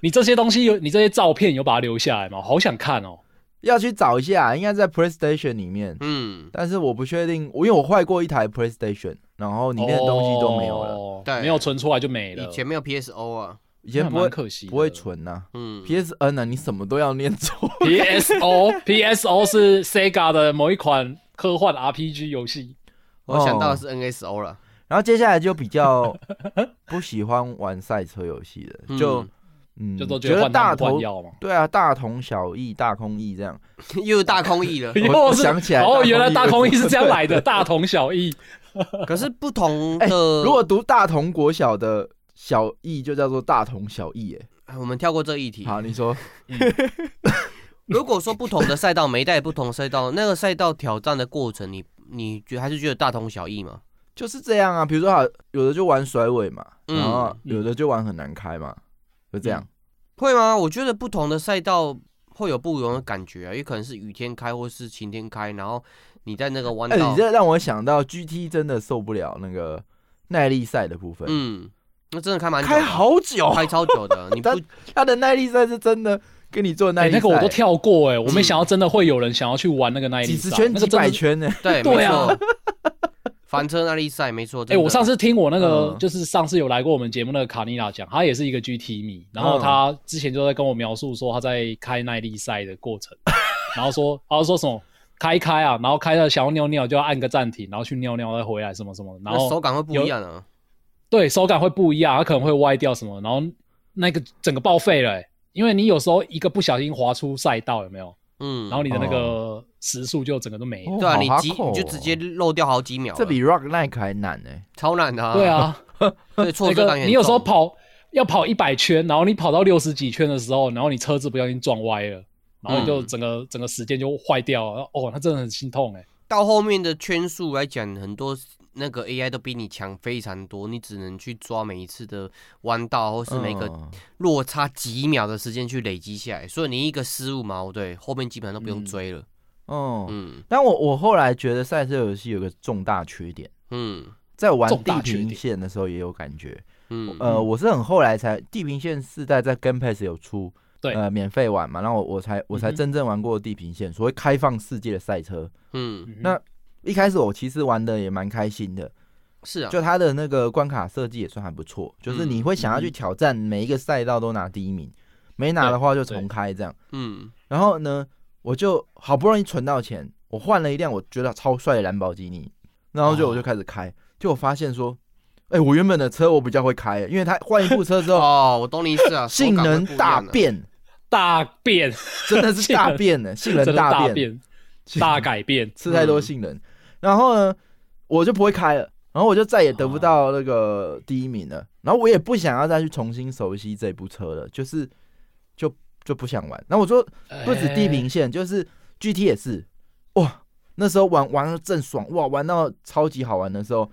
B: 你这些东西有，你这些照片有把它留下来吗？好想看哦。
A: 要去找一下，应该在 PlayStation 里面。
D: 嗯，
A: 但是我不确定，我因为我坏过一台 PlayStation，然后里面的东西都没有了，
B: 哦
D: 对
B: 没有存出来就没了。
D: 以前没有 PSO 啊，
A: 以前
B: 那
A: 不会
B: 蛮可惜的，
A: 不会存啊呐、
D: 嗯
A: PSN 呢、你什么都要念 错，
B: PSO PSO 是 Sega 的某一款科幻 RPG 游戏，
D: 我想到的
A: 哦
D: 是 NSO 了，
A: 然后接下来就比较 不喜欢玩赛车游戏了，就
D: 嗯
A: 嗯，
B: 就都
A: 觉
B: 换
A: 大
B: 汤不
A: 同
B: 换药嘛。
A: 对啊，大同小异，大空异这样。
D: 又大空翼 了。
A: 我
B: 又
A: 我
B: 是
A: 想起来大
B: 哦，
A: 同
B: 原来
A: 一
B: 大
A: 个
B: 空翼
A: 字
B: 是这样来 的，大同小异。
D: 可是不同
A: 哎、
D: 的，
A: 如果读大同国小的小异，就叫做大同小异。哎，
D: 我们跳过这一题，
A: 好，你说
D: 如果说不同的赛道，每一代不同赛道，那个赛道挑战的过程，你你觉还是觉得大同小异嘛？
A: 就是这样啊。比如说，好，有的就玩甩尾嘛，
D: 嗯
A: 然后有的就玩很难开嘛，就这样。
D: 会吗？我觉得不同的赛道会有不一样的感觉啊，也可能是雨天开或是晴天开，然后你在那个弯
A: 哎、
D: 道，
A: 你这让我想到 GT 真的受不了那个耐力赛的部分，
D: 嗯，那真的开蛮久的
A: 开好久，
D: 开超久的，你不
A: 但他的耐力赛是真的跟你做耐
B: 哎、
A: 力赛、
B: 那个我都跳过哎、我没
D: 嗯
B: 想到真的会有人想要去玩那个耐力
A: 几十
B: 赛
A: 圈、
B: 那个
A: 几
B: 真
A: 百
B: 的
A: 圈呢、
D: 对，
B: 对
D: 没
B: 啊
D: 错，房车耐力赛，没错。
B: 哎、我上
D: 次
B: 次听我那个、
A: 嗯
B: 就是上次有来过我们节目那个卡妮娜讲，她也是一个 GT 迷，然后
A: 嗯
B: 她之前就在跟我描述说她在开耐力赛的过程， 然后说她说什么开一开啊，然后开到想要尿尿就要按个暂停，然后去尿尿再回来什么什么的，然后
D: 手感会不一样啊。
B: 对手感会不一样，它可能会歪掉什么，然后那个整个报废了、欸因为你有时候一个不小心滑出赛道有没有，
D: 嗯，
B: 然后你的那个
A: 哦
B: 时速就整个都没了。
A: 哦
D: 对啊，
A: 好
D: 你急
A: hardcore 哦
D: 你就直接漏掉好几秒了，
A: 这比 Rock Nike 还难呢、
D: 超难的。
B: 对，啊，
D: 对挫
B: 那
D: 折
B: 个
D: 感也很重。
B: 你有时候跑要跑一百圈，然后你跑到六十几圈的时候，然后你车子不小心撞歪了，然后你就
D: 嗯
B: 整个、整个时间就坏掉了。哦，那真的很心痛哎、
D: 到后面的圈数来讲，很多那个 AI 都比你强非常多，你只能去抓每一次的弯道或是每个
A: 嗯
D: 落差几秒的时间去累积下来，所以你一个失误嘛，对，后面基本上都不用
B: 嗯
D: 追了。
A: 哦、
D: 嗯
A: 但我我后来觉得赛车游戏有个重大缺点，
D: 嗯
A: 在玩
B: 重大
A: 地
B: 缺点
A: 平线的时候也有感觉。
D: 嗯，
A: 呃，我是很后来才地平线四代在 Game Pass 有出，
B: 对
A: 呃，免费玩嘛，然后我我才我才
B: 嗯哼
A: 真正玩过地平线，所谓开放世界的赛车。
D: 嗯，
B: 嗯
A: 那一开始我其实玩的也蛮开心的，
D: 是啊，
A: 就它的那个关卡设计也算还不错，就是你
B: 嗯
A: 会想要去挑战每一个赛道都拿第一名，没拿的话就重开这样。
D: 嗯
A: 然后呢，我就好不容易存到钱，我换了一辆我觉得超帅的兰博基尼，然后就
B: 哦
A: 我就开始开，就我发现说，哎、我原本的车我比较会开，因为它换一部车之后，
D: 哦，我懂你意思啊，
A: 性
D: 手感会
A: 能
D: 不一
A: 大
D: 样啊，
A: 变，
B: 大 变，
A: 真的是大变呢，性
B: 真的
A: 能
B: 大
A: 变，
B: 变，大改变。
A: 吃太多
D: 嗯
A: 性能，然后呢，我就不会开了。然后我就再也得不到那个第一名了，然后我也不想要再去重新熟悉这部车了，就是就就不想玩。那我说 不止地平
B: 哎，
A: 线，就是 GT 也是，哇，那时候玩玩的正爽，哇，玩到超级好玩的时候，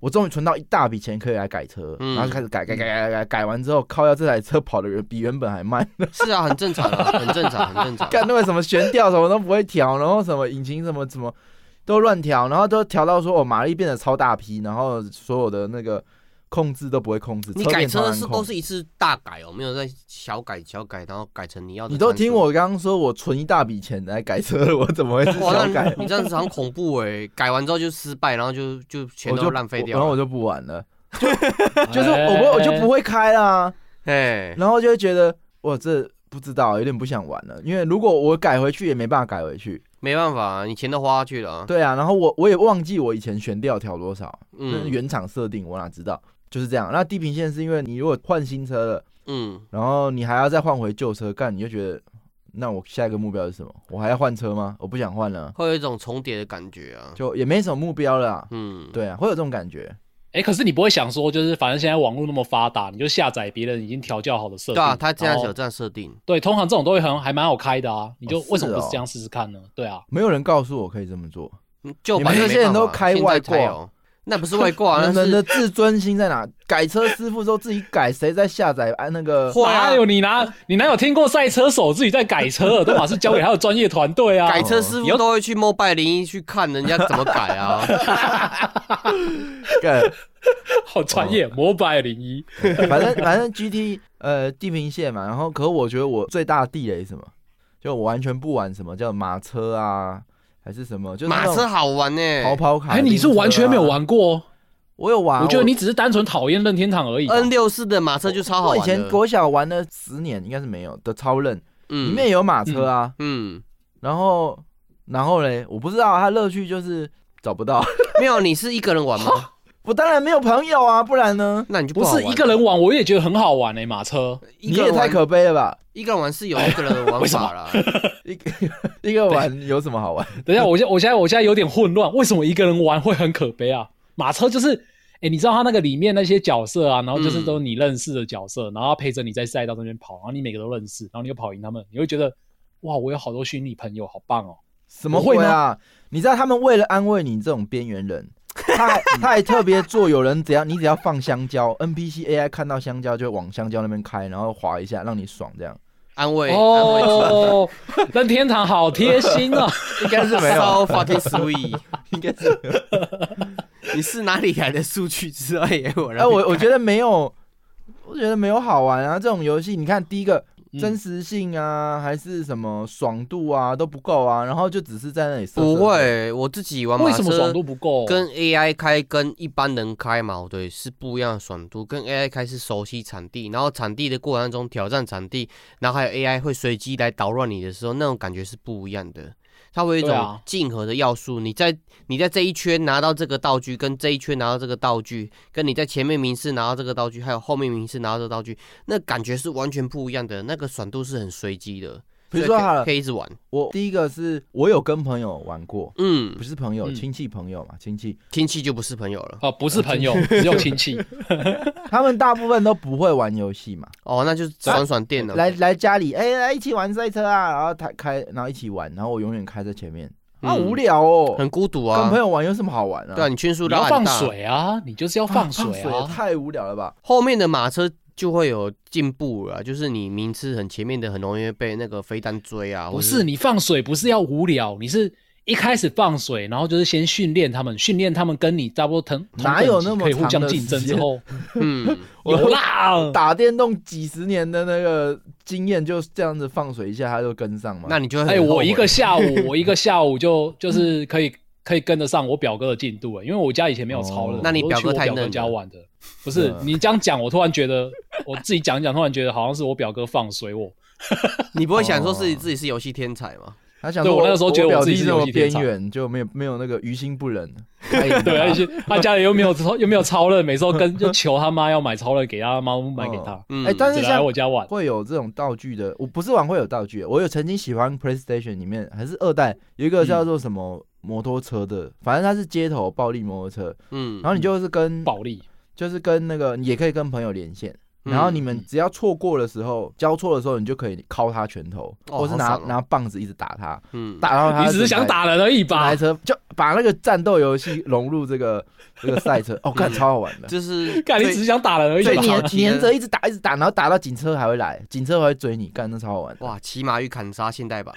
A: 我终于存到一大笔钱可以来改车，
D: 嗯
A: 然后就开始改改改改改，改完之后，靠，要这台车跑的比原本还 慢，
D: 是啊，很正常啊，很正常，很正常。
A: 干那个什么悬吊什么都不会调，然后什么引擎什么什么都乱调，然后都调到说哦马力变得超大批，然后所有的那个控制都不会控制，
D: 你
A: 车
D: 改
A: 变超
D: 车
A: 难
D: 是
A: 控
D: 都是一次大改哦，没有在小改小改，然后改成你要的。
A: 你都听。我刚刚说，我存一大笔钱来改车了，我怎么会是
D: 哇，那
A: 小改
D: 你？你这样子很恐怖哎、改完之后就失败，然后就就钱
A: 我
D: 都
A: 就
D: 浪费
A: 我
D: 掉
A: 然后我
D: 了。
A: 就不玩了，
B: 哎
A: 就是我不我就不会开啦，
D: 哎，
A: 然后就会觉得我这不知道，有点不想玩了，因为如果我改回去也没办法改回去，
D: 没办法、你钱都花下去了、啊。
A: 对啊，然后我我也忘记我以前悬吊调多少，那
D: 嗯
A: 原厂设定我哪知道，就是这样。那地平线是因为你如果换新车了，
D: 嗯，
A: 然后你还要再换回旧车，干你就觉得。那我下一个目标是什么？我还要换车吗？我不想换了，
D: 会有一种重叠的感觉啊。
A: 就也没什么目标了啊。
D: 嗯，
A: 对啊，会有这种感觉。
B: 哎，可是你不会想说，就是反正现在网络那么发达，你就下载别人已经调教好的设定。
D: 对啊，他这样
B: 然
D: 子
B: 后
D: 有这样设定。
B: 对，通常这种都会很还蛮好开的啊，你就
A: 哦是
B: 为什么不
A: 哦
B: 这样试试看呢？对啊，
A: 没有人告诉我可以这么做，
D: 嗯旧
A: 你
D: 版
A: 们
D: 的
A: 这
D: 没
A: 些人
D: 办
A: 都
D: 法
A: 开
D: 现
A: 外
D: 在才
A: 挂
D: 有，那不是外 挂，
A: 人
D: 那
A: 们的
D: 是
A: 自尊心在哪？改车师傅都自己改，谁在下载按那个？
D: 会啊
B: 哪有你哪你哪有听过赛车手自己在改车的，都马是交给他的专业团队啊。
D: 改车师
B: 你要
D: 傅都会去 Mobile 零一去看人家怎么改 啊。
A: 改
B: 好专业，摩拜零一
A: 反正反正 GT 呃地平线嘛，然后可我觉得我最大的地雷是什么？就我完全不玩什么叫马车啊，还是什么，就是那
D: 马
A: 种
D: 车好玩欸呢、
A: 跑跑
D: 哦
A: 卡、啊
B: 哎，你
D: 啊
B: 是完全没有？玩过，
A: 我有玩，
B: 我觉得你只是单纯讨厌任天堂而已啊。
D: N 六四的马车就超好
A: 我
D: 玩
A: 以
D: 的。
A: 前国小玩了十年，应该是没有的超任，里
D: 嗯
A: 面也有马车啊，
D: 嗯，
A: 然后然后嘞，我不知道它乐趣就是找不到，
D: 没有，你是一个人玩吗？
A: 我当然没有朋友啊，不然呢？
D: 那你就
B: 不
D: 好
B: 是
D: 玩
B: 一个人玩，我也觉得很好玩哎，马车。
A: 你
D: 一个
A: 也
D: 人
A: 太
D: 玩，
A: 可悲了吧！
D: 一个人玩是有一个人的玩
B: 为什么
D: 法啦。
A: 一个 一个玩有什么好玩？
B: 等一下，我现我现在我现在有点混乱，为什么一个人玩会很可悲啊？马车就是，哎、你知道他那个里面那些角色啊，然后就是
D: 嗯
B: 都是你认识的角色，然后他陪着你在赛道中间跑，然后你每个都认识，然后你又跑赢他们，你会觉得哇，我有好多虚拟朋友，好棒哦！
A: 什么
B: 不会
A: 会
B: 吗
A: 啊？你知道他们为了安慰你这种边缘 人，他还他还特别做，有人只要你只要放香蕉，NPC AI 看到香蕉就往香蕉那边开，然后滑一下，让你爽这样。
D: 安慰，
B: 哦， 任天堂好贴心哦！
A: 应该是没有，
D: 超 fucking sweet。
A: 应该是。
D: 你是哪里来的数据之类？我
A: 哎哎，我我觉得没有，我觉得没有好玩啊。这种游戏，你看第一个
D: 嗯
A: 真实性啊，还是什么爽度啊都不够啊，然后就只是在那里射。
D: 不，会，我自己玩 马
B: 为什么爽
D: 车
B: 度不
A: 哦
B: 够？
D: 跟 AI 开跟一般人开嘛，对，是不一样的爽度。跟 AI 开是熟悉场地，然后场地的过程中挑战场地，然后还有 AI 会随机来捣乱你的时候，那种感觉是不一样的。它会有一
B: 对
D: 种
B: 啊
D: 竞合的要素，你在你在这一圈拿到这个道具，跟这一圈拿到这个道具，跟你在前面名次拿到这个道具，还有后面名次拿到这个道具，那感觉是完全不一样的，那个爽度是很随机的。
A: 比如
D: 所
A: 说
D: 以可以
A: 好了
D: 可以一直玩，
A: 我第一个是我有跟朋友玩过，
D: 嗯
A: 不，是朋友，
B: 嗯
A: 亲戚朋友嘛，亲戚，
D: 亲戚就不是朋友了。
B: 啊，不是 朋友，只有亲戚。
A: 他们大部分都不会玩游戏嘛，
D: 哦，那就是爽爽电脑。
A: 来来家里，哎、来一起玩赛车啊，然后他开，然后一起玩，然后我永远开在前面，啊，
D: 嗯
A: 无聊哦，
D: 很孤独
A: 跟
D: 啊
A: 朋。友玩有什么好玩啊？
D: 对啊，你圈数
B: 你
D: 拉
B: 要
D: 很
B: 放
D: 大，
B: 水啊，你就是要
A: 啊，
B: 放
A: 水
B: 水啊。
A: 太无聊了吧？
D: 后面的马车就会有进步了啊，就是你名次很前面的很容易被那个飞弹追啊。
B: 不
D: 或
B: 是，你放水，不是要无聊，你是一开始放水，然后就是先训练他们，训练他们跟你差不多同同
A: 哪有
B: 等级
A: 那么
B: 可以互
A: 长
B: 相
A: 的
B: 竞争
A: 时
B: 之
A: 间
B: 后
D: 嗯，
B: 有啦，
A: 打电动几十年的那个经验，就这样子放水一下，他就跟上嘛。
D: 那你就会 很
B: 哎，
D: 后
B: 我
D: 悔
B: 一个下午，我一个下午就就是可以可以跟得上我表哥的进度欸了，因为我家以前没有超人，
A: 哦
D: 那你
B: 我都
D: 表
B: 去
D: 哥
B: 我
D: 太
B: 表哥
D: 嫩
B: 家
D: 了
B: 玩的。不是
A: 嗯
B: 你这样讲，我突然觉得我自己讲一讲，突然觉得好像是我表哥放水我。
D: 你不会想说
A: 哦
D: 自己自己是游戏天才吗？
A: 他想
B: 对
A: 说
B: 我那个时候觉得
A: 表
B: 我自己
A: 弟
B: 是
A: 这
B: 游
A: 么
B: 戏
A: 边
B: 天才
A: 缘，就没有没有那个于心不 忍。哎呀
B: 对，而且他家里又没有超又没有超人，每次都跟就求他妈要买超人给他，他妈不买给他，
D: 嗯，
A: 哎但是
B: 只来我家玩。
A: 会有这种道具的，我不是玩会有道具的。我有曾经喜欢 PlayStation 里面还是二代有一个叫做什么摩托车的，反正它是街头暴力摩托车，
D: 嗯
A: 然，后你就是跟
B: 暴力，
A: 就是跟那个你也可以跟朋友连线。然后你们只要错过的时候，交错的时候，你就可以敲他拳头，
D: 哦
A: 或是
D: 好
A: 拿
D: 爽哦
A: 拿棒子一直打他，
D: 嗯
A: 打到他。
B: 你只是想打人而已
A: 整
B: 吧
A: 台？车，就把那个战斗游戏融入这个这个赛车，哦，看超好玩的。
D: 就是
B: 干，你只是想打人而已
A: 所以
B: 吧？
A: 黏
D: 骑的
A: 黏着一直打，一直打，然后打到警车还会来，警车还会追你，干，那超好玩。
D: 哇，骑马与砍杀现代版，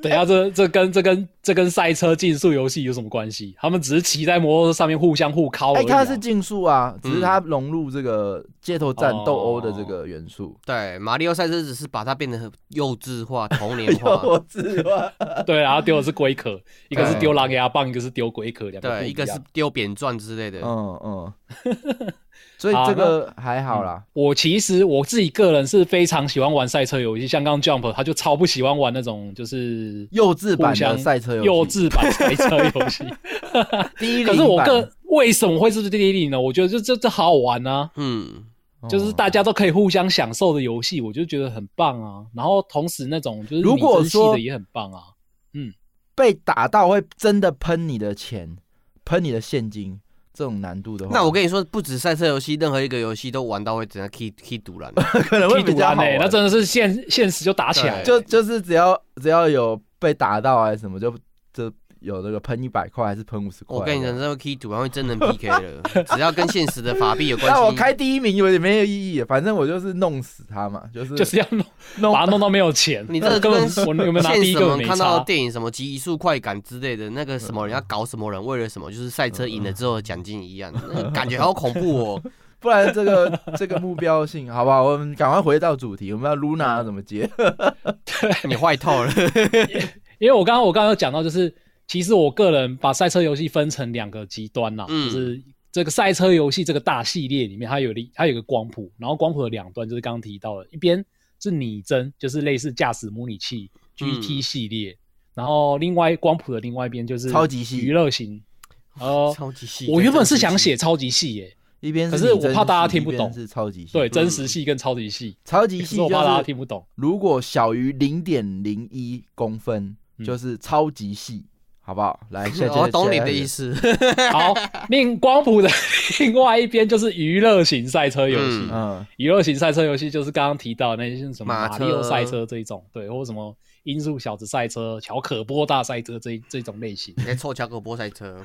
B: 等一下，这这跟这跟这跟赛车竞速游戏有什么关系？他们只是骑在摩托车上面互相互敲而
A: 哎，
B: 已啊。
A: 它是竞速啊，只是它融入这个街头战斗殴的这个元素。
D: 对，马里奥赛车只是把它变得很幼稚化、童年
A: 哎
D: 化，
A: 知道，
B: 对啊，然后丢的是龟壳，一个是
A: 对
B: 丢狼牙棒，一个是丢龟壳，两个不
D: 对，一个
B: 样
D: 是丢扁钻之类的，
A: 嗯嗯。所以
B: 好嗯
A: 这个还好啦，
B: 我其实我自己个人是非常喜欢玩赛车游戏，像刚刚 Jump 他就超不喜欢玩那种就是
A: 幼稚版
B: 互
A: 的
B: 相
A: 赛车游戏，
B: 幼稚版赛车游戏。
A: 第一
B: 可是我个为什么会是第一名呢？我觉得这这这好好玩啊！
D: 嗯，
A: 哦
B: 就是大家都可以互相享受的游戏，我就觉得很棒啊。然后同时那种就是
A: 如果
B: 拟真系
A: 说
B: 的也很棒啊，
A: 被打到会真的喷你的钱，喷你的现金，这种难度的话，
D: 那我跟你说，不止赛车游戏，任何一个游戏都玩到会整个 key key 堵了。
A: 可能会比
B: 踢赌
A: 较
B: 案
A: 好玩
B: 欸，那真的是现现实就打起来了，
D: 对
A: 就就是只要只要有被打到啊还是什么，就就有那个喷一百块还是喷五十块。啊
D: 我跟你讲，这个 key 赌然会真人 PK 了，只要跟现实的法 币有关系。
A: 那我开第一名有点没有意义，反正我就是弄死他嘛，就是
B: 就是要弄
A: 弄
B: 把它弄到没有钱。
D: 你这个
B: 根本
D: 跟
B: 我有没有拿
D: 现
B: 第一
D: 实
B: 个
D: 我
B: 我
D: 们
B: 没
D: 看到
B: 差
D: 的。电影什么极速快感之类的，那个什
A: 嗯
D: 么人要搞什么人，为了什么，就是赛车赢了之后的奖金一 样，那个感觉好恐怖哦。
A: 不然这个 这个目标性，好不好？我们赶快回到主题，我们要 Luna 怎么 接？
D: 你坏透了，
B: 因为我刚刚我刚刚有讲到，就是其实我个人把赛车游戏分成两个极端啦，
D: 嗯
B: 就是这个赛车游戏这个大系列里面，它有一它有一个光谱，然后光谱的两端就是刚刚提到的，一边是拟真，就是类似驾驶模拟器
D: 嗯
B: GT 系列，然后另外光谱的另外一边就是
A: 超级系
B: 娱乐型。 哦、
D: 超级细。
B: 我原本是想写超级系耶、
A: 一边
B: 可是我
A: 拟真
B: 怕大家
A: 系
B: 听不
A: 一边
B: 懂
A: 是超级系，
D: 嗯
B: 对，真实系跟超级系，
A: 超级
B: 可
A: 系
B: 是我怕大家
A: 就
B: 听
A: 是
B: 不懂。
A: 如果小于零点零一公分，
B: 嗯
A: 就是超级系，好不好？来， 现在
D: 我哦懂你的意
A: 思。
D: 思。
B: 好，另光谱的 另外一边就是娱乐型赛车游戏。
D: 嗯
A: 嗯，
B: 娱乐型赛车游戏就是刚刚提到的那些什么
D: 马
B: 马
D: 车
B: 里奥赛车这一种，对，或者什么音速小子赛车、乔可波大赛车这一这种类型。
D: 你在凑巧克波赛车，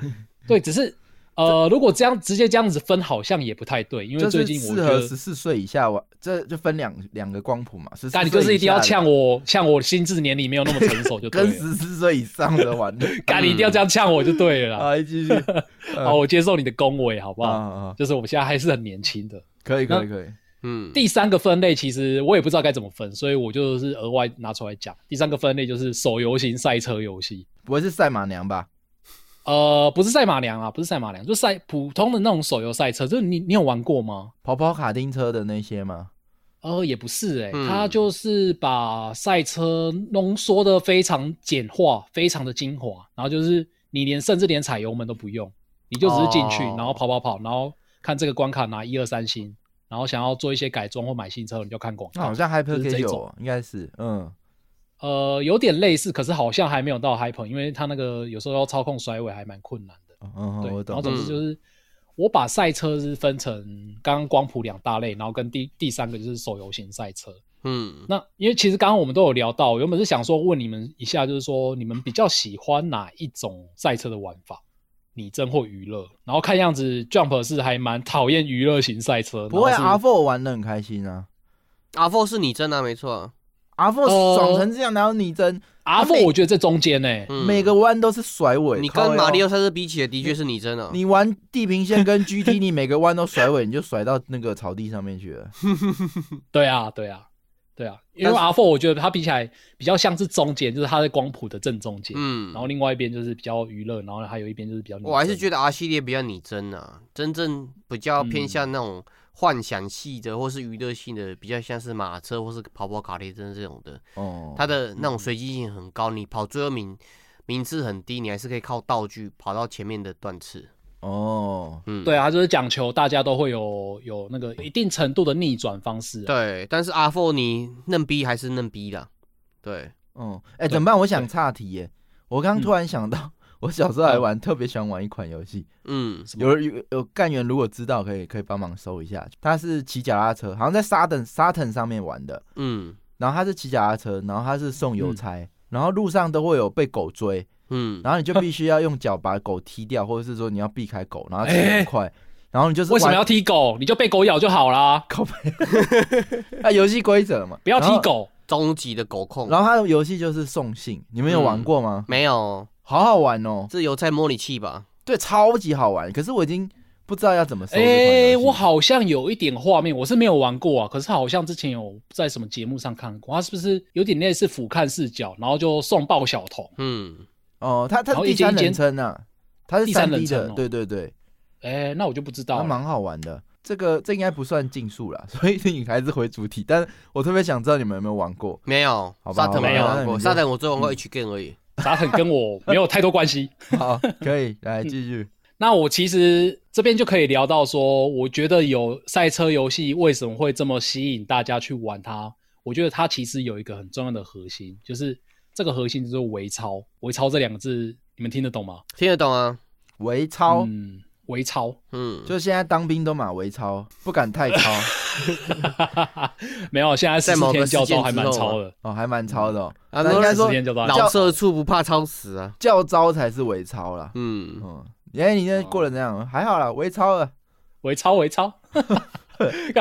B: 对，只是呃，如果这样直接这样子分，好像也不太对，因为
A: 就是
B: 最近我
A: 适
B: 觉
A: 合
B: 得
A: 十，四岁以下玩，这就分两两个光谱嘛。十四
B: 但你就是一定要呛
A: 呛，
B: 我，呛我心智年龄没有那么成熟就对
A: 跟
B: 了，
A: 十四岁以上的玩的。
B: 干你一定要这样呛我就对 了啦。
A: 啊， 继续
B: 好，我接受你的恭维，好不
A: 啊
B: 好？
A: 啊，
B: 就是我们现在还是很年轻的。
A: 可以可以可以，
D: 嗯，
B: 第三个分类其实我也不知道该怎么分，所以我就是额外拿出来讲。第三个分类就是手游型赛车游戏，
A: 不会是赛马娘吧？
B: 呃，不是赛马娘啊，不是赛马娘，就赛普通的那种手游赛车。就是你你有玩过吗？
A: 跑跑卡丁车的那些吗？
B: 呃，也不是哎、欸，
D: 嗯
B: 它就是把赛车浓缩的非常简化，非常的精华，然后就是你连甚至连踩油门都不用，你就只是进去，
D: 哦
B: 然后跑跑跑，然后看这个关卡拿一二三星，然后想要做一些改装或买新车，你就看广告。
A: 那好像 Hyper
B: 哦就是这
A: K 有
B: 种
A: 哦，应该是，嗯，
B: 呃，有点类似，可是好像还没有到 hyper，因为它那个有时候要操控甩尾还蛮困难的。
A: 嗯嗯，
B: 对，
A: 我
B: 然后
A: 懂。
B: 总之就是，我把赛车是分成刚刚光谱两大类，然后跟第第三个就是手游型赛车。
D: 嗯
B: 那因为其实刚刚我们都有聊到，我原本是想说问你们一下，就是说你们比较喜欢哪一种赛车的玩法，拟真或娱乐？然后看样子 Jump 是还蛮讨厌娱乐型赛车，
A: 不会啊
B: 然后
A: ，R
B: 是
A: Four 玩的很开心啊
D: 阿 f 是你真的、啊、没错啊、
A: ，R Four
B: 呃
A: 爽成这样，然后你真
B: 阿
A: 他每
B: F，我觉得这中间呢、
D: 嗯
A: 每个弯都是甩尾。
D: 你
A: 靠
D: 跟
A: 腰
D: 马里奥赛车比起来，的确是你真的、啊。
A: 你玩地平线 跟 GT，你每个弯都甩尾，你就甩到那个草地上面去了。
B: 对啊，对啊，对啊，因为
D: 但
B: R Four 我觉得它比起来比较像是中间，就是它在光谱的正中间，
D: 嗯
B: 然后另外一边就是比较娱乐，然后还有一边就是比较，
D: 我还是觉
B: 得，
D: 得 R 系列比较拟真啊，真正比较偏
A: 嗯
D: 向那种幻想系的或是娱乐性的，比较像是马车或是跑跑卡丁车这种的，
A: 哦，
D: 它的那种随机性很高，你跑最后名名次很低，你还是可以靠道具跑到前面的段次。
A: 哦，
D: 嗯，
B: 对啊，它就是讲求大家都会有有那个一定程度的逆转方式、啊，
D: 对，但是 R four 你嫩逼还是嫩逼的，对，
A: 嗯，哎、
B: 对
A: 怎么办？我
B: 对嗯
A: 想岔题耶。我刚刚突然想到，我小时候还玩，特别喜欢玩一款游戏。
D: 嗯
B: 什么
A: 有有有干员如果知道，可以可以帮忙搜一下。他是骑脚踏车，好像在沙腾沙腾上面玩的。
D: 嗯
A: 然后他是骑脚踏车，然后他是送
B: 嗯
A: 邮差，然后路上都会有被狗追，
D: 嗯，
A: 然后 你就必须要用脚把狗踢掉，或者是说你要避开狗，然后骑很快。 然后你就是
B: 哎为什么
A: 玩
B: 要踢狗？你就被狗咬就好啦，
A: 啊游戏规则嘛？
B: 不要
A: 然
B: 踢
A: 后。
B: 狗。
D: 终极的狗控
A: 然后他的游戏就是送信，你们有
B: 嗯
A: 玩过吗？
D: 没有，
A: 好好玩哦，
D: 这油菜模拟器吧？
A: 对，超级好玩。可是我已经不知道要怎么搜。
B: 哎、我，好像有一点画面，我是没有玩过啊，可是好像之前有在什么节目上看过，它是不是有点类似俯瞰视角，然后就送爆小童？
D: 嗯，
A: 哦，他他
B: 然后
A: 是
B: 一
A: 第
B: 间
A: 三人称啊，他是
B: 第三人
A: 3D 的，
B: 称哦
A: 对对对，
B: 哎、那我就不知道
A: 还
B: 了。
A: 蛮好玩的。这个这应该不算竞速啦， 所以你还是回主题。但我特别想知道你们有没有玩 过
D: 没有
A: 好，吧
D: 沙
A: 好
D: 腾
B: 吧
D: 没有
B: 那
D: 玩
A: 你
D: 过，
A: 就嗯
D: 沙腾我只玩过 H game 而已。
B: 杂很跟我没有太多关系。
A: 好，可以来继续。
B: 那我其实这边就可以聊到说，我觉得有赛车游戏为什么会这么吸引大家去玩它？我觉得它其实有一个很重要的核心，就是这个核心就是微操。微操这两个字，你们听得懂吗？
D: 听得懂啊？
A: 微超，
B: 嗯，微操。
D: 嗯，
A: 就现在当兵都马微超，不敢太 超
B: 没有，现在
D: 在
B: 四
D: 某个
B: 天教
D: 事件
B: 招还蛮
D: 之后
B: 超的，
A: 哦，还蛮超的哦。
D: 啊
A: 那
D: 都
A: 应该
D: 是
A: 说
B: 四天教招还蛮
D: 老
B: 超
D: 社畜不怕超死啊。
A: 教招才是微超啦。
B: 哦
D: 嗯，哦
A: 嗯，哎、你那过得怎样？还好啦，微超了。
B: 微操微 操。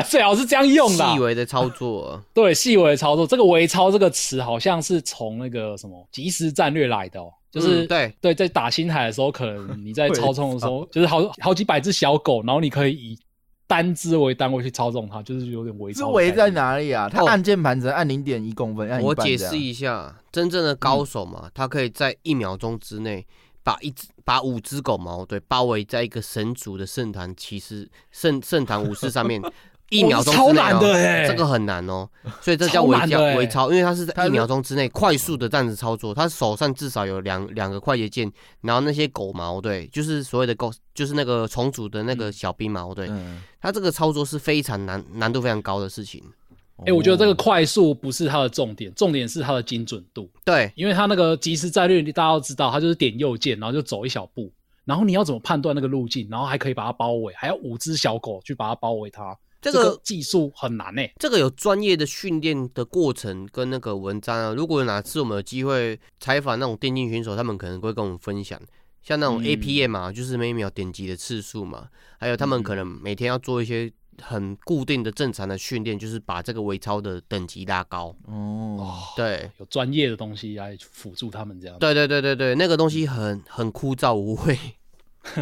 B: 最好是这样用的啊
D: 细，微的操作，啊
B: 对细微的操作。这个“微操”这个词好像是从那个什么即时战略来的哦， 就是
D: 嗯对
B: 对，在打星海的时候，可 能你在操纵的时候，就是好好几百只小狗，然后你可以以单只为单位去操纵它，就是有点微
A: 是
B: 操。
A: 围在？哪里啊？他
D: 哦
A: 按键盘只能按零点一公分，按一
D: 我
A: 半
D: 解
A: 这样
D: 释一下，真正的
B: 嗯
D: 高手嘛，他可以在一秒钟之内把一只把五只狗毛对包围在一个神族的圣坛骑士圣圣坛武士上 面，一秒钟之内、
B: 超
D: 哦、
B: 难的欸
D: 这个很难哦，所以这叫
B: 超
D: 微
B: 难的
D: 操
B: 欸
D: 微操，因为他是
A: 它
D: 在
A: 是
D: 一秒钟之内快速的这样子操作，他手上至少有两两个快捷键，然后那些狗毛对，就是所谓的狗，就是那个重组的那个小兵毛对，
A: 嗯，
D: 他这个操作是非常难难度非常高的事情，
A: 哎
D: 哦
B: 哎、我觉得这个快速不是它的重点，重点是它的精准度。
D: 对。
B: 因为它那个即时战略，大家都知道，它就是点右键，然后就走一小步，然后你要怎么判断那个路径，然后还可以把它包围，还要五只小狗去把它包围它，
D: 这
B: 个、
D: 个
B: 技术很难呢、欸
D: 这个有专业的训练的过程跟那个文章啊。如果哪次我们有机会采访那种电竞选手，他们可能会跟我们分享，像那种
B: 嗯
D: APM 嘛，啊就是每秒点击的次数嘛，还有他们
B: 嗯
D: 可能每天要做一些很固定的正常的训练，就是把这个微操的等级拉高。
A: 哦，
D: 对，
B: 有专业的东西来辅助他们这样。
D: 对对对对对，那个东
B: 嗯
D: 西很很枯燥无味。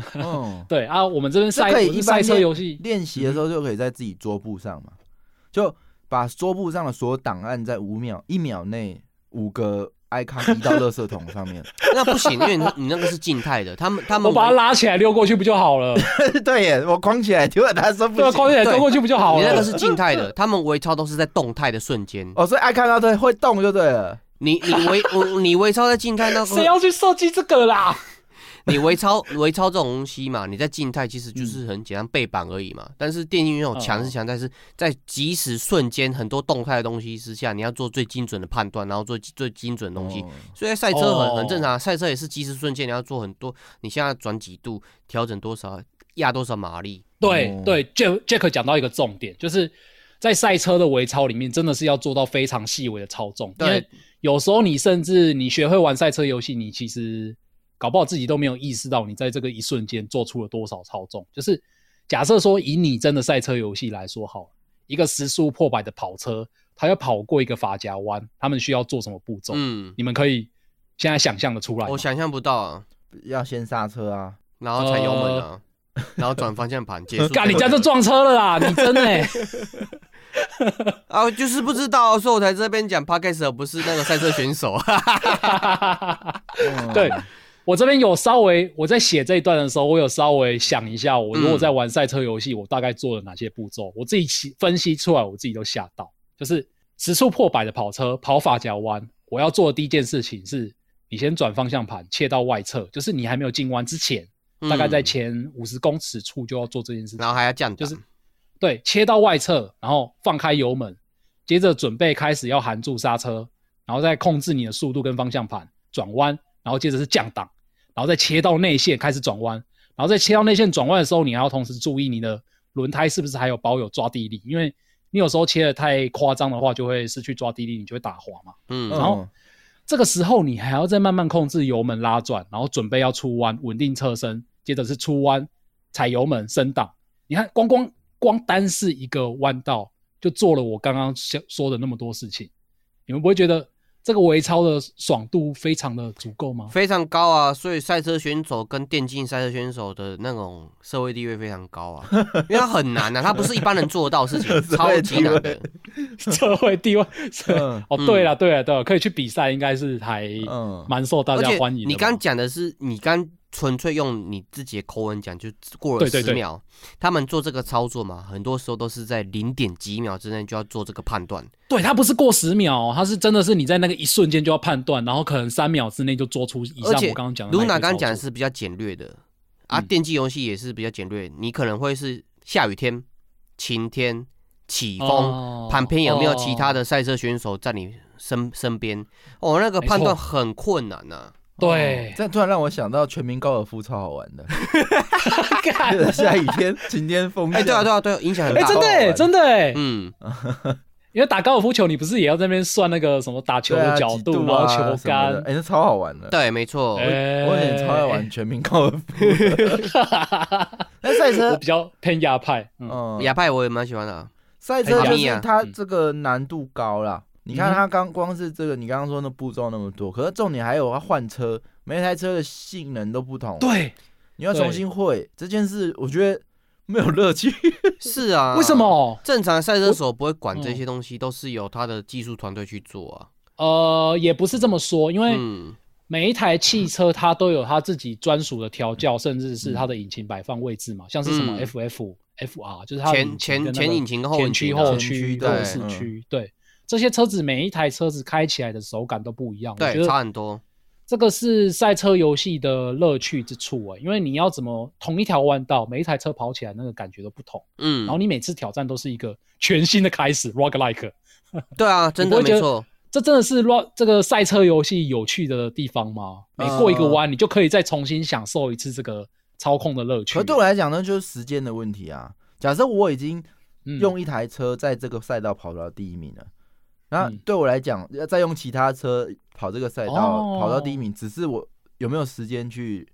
A: 嗯，
B: 对啊，我们这边赛
A: 这可以
B: 我是
A: 一般
B: 赛车
A: 练
B: 游戏，
A: 嗯练习的时候就可以在自己桌布上嘛，就把桌布上的所有档案在五秒一秒内五个 icon 移 到垃圾桶上面。
D: 那不行，因为你你那个是静态的，他们他们
B: 我把它拉起来溜过去不就好 了？
A: 对耶，我框起来，结果他说不
B: 对啊，
A: 行。
B: 高铁
D: 对
B: 溜过去不就好
D: 你那个
B: 了？
D: 是静态的，他们微操都是在动态的瞬间。
A: 哦，所以 icon 要对会动就对了。
D: 你你 微我你微操在静态那
B: 谁
D: 个，
B: 要去设计这个
D: 哦
B: 啦？
D: 你微操 微操这种东西嘛，你在静态其实就是很简单背板而已嘛。
B: 嗯
D: 但是电竞选手
B: 哦
D: 强是强，但是在即时瞬间很多动态的东西之下，你要做最精准的判断，然后做最精准的东西。
A: 哦
D: 所以赛车
B: 哦
D: 很很正常，赛车也是即时瞬间，你要做很多，你现在转几度，调整多少，压多少马力。
B: 对
A: 哦
B: 对，Jack Jack 讲到一个重点，就是在赛车的微操里面，真的是要做到非常细微的操纵，因
D: 对
B: 为有时候你甚至你学会玩赛车游戏，你其实搞不好自己都没有意识到，你在这个一瞬间做出了多少操纵。就是假设说，以你真的赛车游戏来说，好了，一个时速破百的跑车，它要跑过一个发夹弯，他们需要做什么步骤？
D: 嗯，
B: 你们可以现在想象的出来吗。
D: 我想象不到啊，
A: 要先刹车啊！
D: 然后踩油门啊，然后转方向盘结束。
B: 呃 干，你家就撞车了 啦！你真的、欸。
D: 啊，就是不知道，所以我才这边讲 podcast，而不是那个赛车选 手。
A: 嗯
B: 对我这边有稍微，我在写这一段的时候，我有稍微想一下，我如果在玩赛车游戏，我大概做了哪些步骤，我自己起分析出来，我自己都吓到。就是时速破百的跑车跑法夹弯，我要做的第一件事情是，你先转方向盘切到外侧，就是你还没有进弯之前，大概在
D: 嗯，
B: 前五十公尺处就要做这件事情
D: 然。后还要降档，
B: 就是对，切到外侧，然后放开油门，接着准备开始要含住刹车，然后再控制你的速度跟方向盘转弯，然后接着是降档，然后再切到内线开始转弯，然后再切到内线转弯的时候，你还要同时注意你的轮胎是不是还有保有抓地力，因为你有时候切的太夸张的话，就会失去抓地力，你就会打滑嘛。
D: 嗯
B: 然后这个时候你还要再慢慢控制油门拉转，然后准备要出弯，稳定车身，接着是出弯，踩油门升档。你看，光光光单是一个弯道，就做了我刚刚想说的那么多事情，你们不会觉得这个微操的爽度非常的足够 吗？
D: 非常高啊，所以赛车选手跟电竞赛车选手的那种社会地位非常高 啊，因为他很难啊，他不是一般人做得到的事情，
A: 社会
D: 超级难
A: 地
D: 的
A: 位。
B: 社会地位，是
A: 嗯
B: 哦，对了对了对了，可以去比赛，应该是还
A: 嗯
B: 蛮受大
D: 而
B: 家
D: 且
B: 欢迎的吧。
D: 你刚讲的是，你刚纯粹用你自己的口吻讲，就过了
B: 对对
D: 十
B: 对
D: 秒。他们做这个操作嘛，很多时候都是在零点几秒之内就要做这个判断。
B: 对，它不是过十秒哦，它是真的是你在那个一瞬间就要判断，然后可能三秒之内就做出以上
D: 而
B: 我
D: 且
B: 刚刚讲的那
D: 露
B: 一堆
D: 娜
B: 操作。
D: 刚刚讲的是比较简略的啊，
B: 嗯
D: 电竞游戏也是比较简略，你可能会是下雨天、晴天、起风，
B: 哦
D: 旁边有没有其他
B: 哦
D: 的赛车选手在你身身边？哦，那个
B: 没
D: 判断
B: 错
D: 很困难呐、啊。
B: 对，
A: 这突然让我想到全民高尔夫超好玩 的，
B: 干
A: 下雨天、晴天、风
D: 哎、对啊，对
A: 啊，
D: 啊，对啊，影响很
B: 哎，
D: 大。
B: 真的
A: 好
B: 哎，
A: 玩
B: 真的哎，
D: 嗯，
B: 因为打高尔夫球，你不是也要在那边算那个什么打球
A: 对啊
B: 的角
A: 几
B: 度，然
A: 啊
B: 后
A: 什么
B: 球
A: 的
B: 杆，
A: 哎，那超好玩的。
D: 对，没错。
B: 哎
A: 我以前超爱玩，全民高尔夫， 那赛
B: 我
A: 车
B: 比，较偏亚派，嗯，
A: 嗯，
D: 亚派我也蛮喜欢的啊、
A: 赛车就
D: 很压
A: 是
D: 抑
A: 它
D: 啊
A: 这个难度高啦。你看
B: 嗯
A: 它刚光是这个，你刚刚说那步骤那么多，可是重点还有要换车，每台车的性能都不同，，
B: 对，
A: 你要重新会这件事，我觉得没有乐 趣。
D: 是啊，
B: 为什？么？
D: 正常赛车手不会管这些东西，都是由他的技术团队去做啊。
B: 呃，也不是这么说，因为
D: 嗯，
B: 每一台汽车它都有它自己专属的调教，甚至是它的引擎摆放位置嘛，像是什么
D: 嗯
B: FF、FR，就是它的引
D: 前
B: 擎
D: 前
B: 跟那
D: 前
B: 个
D: 引擎跟后
B: 前
D: 引
B: 驱、
D: 擎、
B: 后
D: 啊，
B: 驱、
A: 对
B: 后四驱，对这些车子每一台车子开起来的手感都不一样。我觉
D: 对，差
B: 得
D: 很多。
B: 这个是赛车游戏的乐趣之处啊、因为你要怎么同一条弯道，每一台车跑起来那个感觉都不同，
D: 嗯
B: 然，后你每次挑战都是一个全新的开始，rock like。
D: 对啊，真
B: 你
D: 的
B: 不会觉
D: 没
B: 得
D: 错。
B: 这真的是 rock 这个赛车游戏有趣的地方吗？每过一个弯，你就可以再重新享受一次这个操控的乐趣。
A: 可对啊我来讲呢，就是时间的问题啊。假设我已经
B: 嗯
A: 用一台车在这个赛道跑到第一名了，那
B: 嗯
A: 对我来讲，要再用其他车跑这个赛道、
B: 哦
A: 跑到第一名，只是我有没有时间去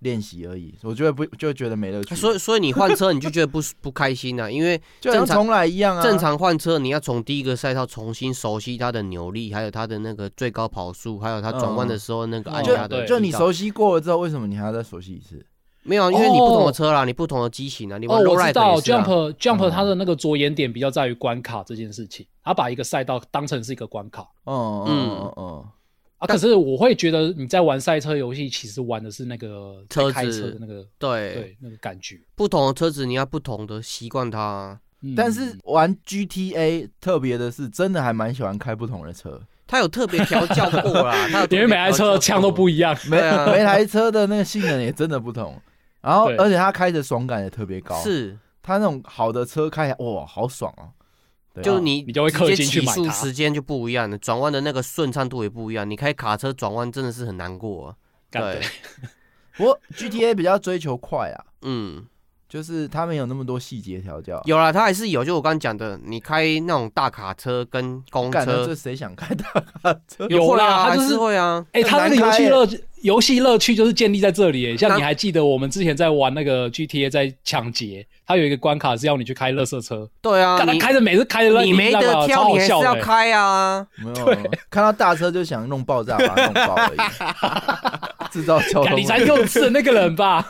A: 练习而已。我就会不就会觉得没乐趣，
D: 哎所以所以你换车你就觉得不不开心啊，因为
A: 就像
D: 正常
A: 重来一样啊。
D: 正常换车，你要从第一个赛道重新熟悉它的扭力，还有它的那个最高跑速，还有它转弯的时候那个按
B: 嗯
D: 压
A: 就
D: 的力道。
B: 对
A: 就你熟悉过了之后，为什么你还要再熟悉一次？
D: 没有啊，因为你不同的
B: 哦
D: 车啦，你不同的机型啊，你
B: 哦，
D: 玩 low
B: 我
D: ride
B: 知道
D: 也是啊
B: Jump Jump 它的那个着眼点比较在于关卡这件事情，它把一个赛道当成是一个关卡
A: 哦
D: 嗯
A: 哦哦哦，
B: 啊。可是我会觉得你在玩赛车游戏，其实玩的是那个在
D: 车
B: 开
D: 子
B: 车的那个
D: 对，
B: 对那个感觉。
D: 不同的车子你要不同的习惯它啊。
B: 嗯
A: 但是玩 GTA 特别的是，真的还蛮喜欢开不同的车，
D: 它有特别调教过啦，它有特别
B: 因为每台车
D: 调教过
B: 的枪都不一样，
A: 每
D: 对啊
A: 每台车的那个性能也真的不同。然后
B: 对，
A: 而且它开的爽感也特别高，
D: 是，
A: 它那种好的车开起来，哇，好爽哦、对啊
D: 就你
B: 你就会氪金去买它
D: 直接起速时间就不一样了，转弯的那个顺畅度也不一样。你开卡车转弯真的是很难过、啊，
B: 干
D: 对
B: 对
A: 不过 GTA 比较追求快啊，
D: 嗯，
A: 就是它没有那么多细节调教。
D: 有啦，它还是有，就我刚刚讲的，你开那种大卡车跟公
A: 干了
D: 车
A: 这，谁想开大卡车？
B: 有
D: 会
B: 啦
D: 啊，
B: 它
D: 还
B: 就是
D: 是会啊，
B: 哎、它那个游戏乐游戏乐趣就是建立在这里耶。像
D: 那
B: 你还记得我们之前在玩那个 GTA 在抢劫，它有一个关卡是要你去开垃圾车，
D: 对啊，
B: 干它
D: 你
B: 开着每次开的
D: 你没得挑，
B: 啊超
D: 你
B: 好
D: 还是
B: 笑
D: 要
B: 的耶。欸
D: 开 啊，
A: 没有，看到大车就想弄爆炸，把它弄爆而已， 制造交
B: 干
A: 通。
B: 你才幼稚的那个人吧？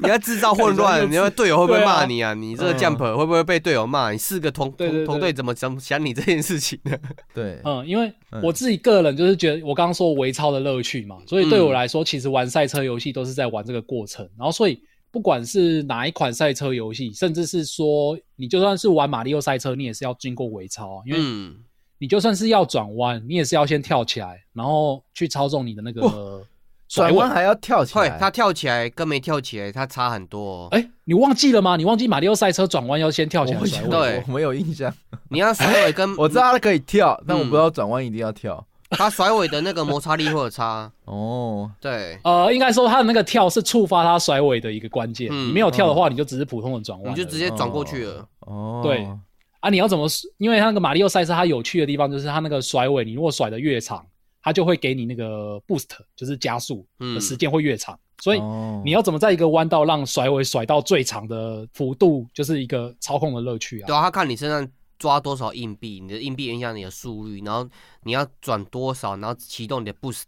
D: 你要制造混
A: 感觉
D: 乱，
A: 就
D: 你要队友会不会
B: 对啊
D: 骂你啊？你这个
A: 嗯
D: jump 会不会被队友骂？你四个同
B: 对
D: 同
B: 对
D: 同
B: 对
D: 队怎么怎么想你这件事情呢？
A: 对，
D: 哦
B: 嗯，因为
A: 嗯
B: 我自己个人就是觉得，我刚刚说微操的乐趣嘛，所以对我来说，其实玩赛车游戏都是在玩这个过程。然后，所以不管是哪一款赛车游戏，甚至是说你就算是玩马里奥赛车，你也是要经过微操啊，因为
D: 嗯，
B: 你就算是要转弯，你也是要先跳起来，然后去操纵你的那个甩
A: 转
B: 尾
A: 弯。还要跳起
D: 会，
A: 来，
D: 他跳起来跟没跳起来，他差很多、哦。
B: 哎，你忘记了吗？你忘记马里奥赛车转弯要先跳起来
A: 我
B: 甩
A: 有
B: 尾？
D: 对
A: 我没有印象，
D: 你要甩 尾跟
A: 我知道它可以跳，但我
D: 嗯
A: 不知道转弯一定要跳。
D: 他甩尾的那个摩擦力会有差，
A: 哦，
D: 对，
B: 呃，应该说他的那个跳是触发他甩尾的一个关键。
D: 嗯
B: 你没有跳的话，你就只是普通的转弯而
D: 你
B: 已，
D: 就直接转过去了。
A: 哦，
B: 对啊，你要怎么？因为它那个马里奥赛车，它有趣的地方就是它那个甩尾，你如果甩的越长，它就会给你那个 boost，就是加速
D: 嗯
B: 的时间会越长。所以
A: 哦
B: 你要怎么在一个弯道让甩尾甩到最长的幅度，就是一个操控的乐趣
D: 对
B: 啊。
D: 啊，他看你身上抓多少硬币，你的硬币影响你的速率，然后你要转多少，然后启动你的 boost，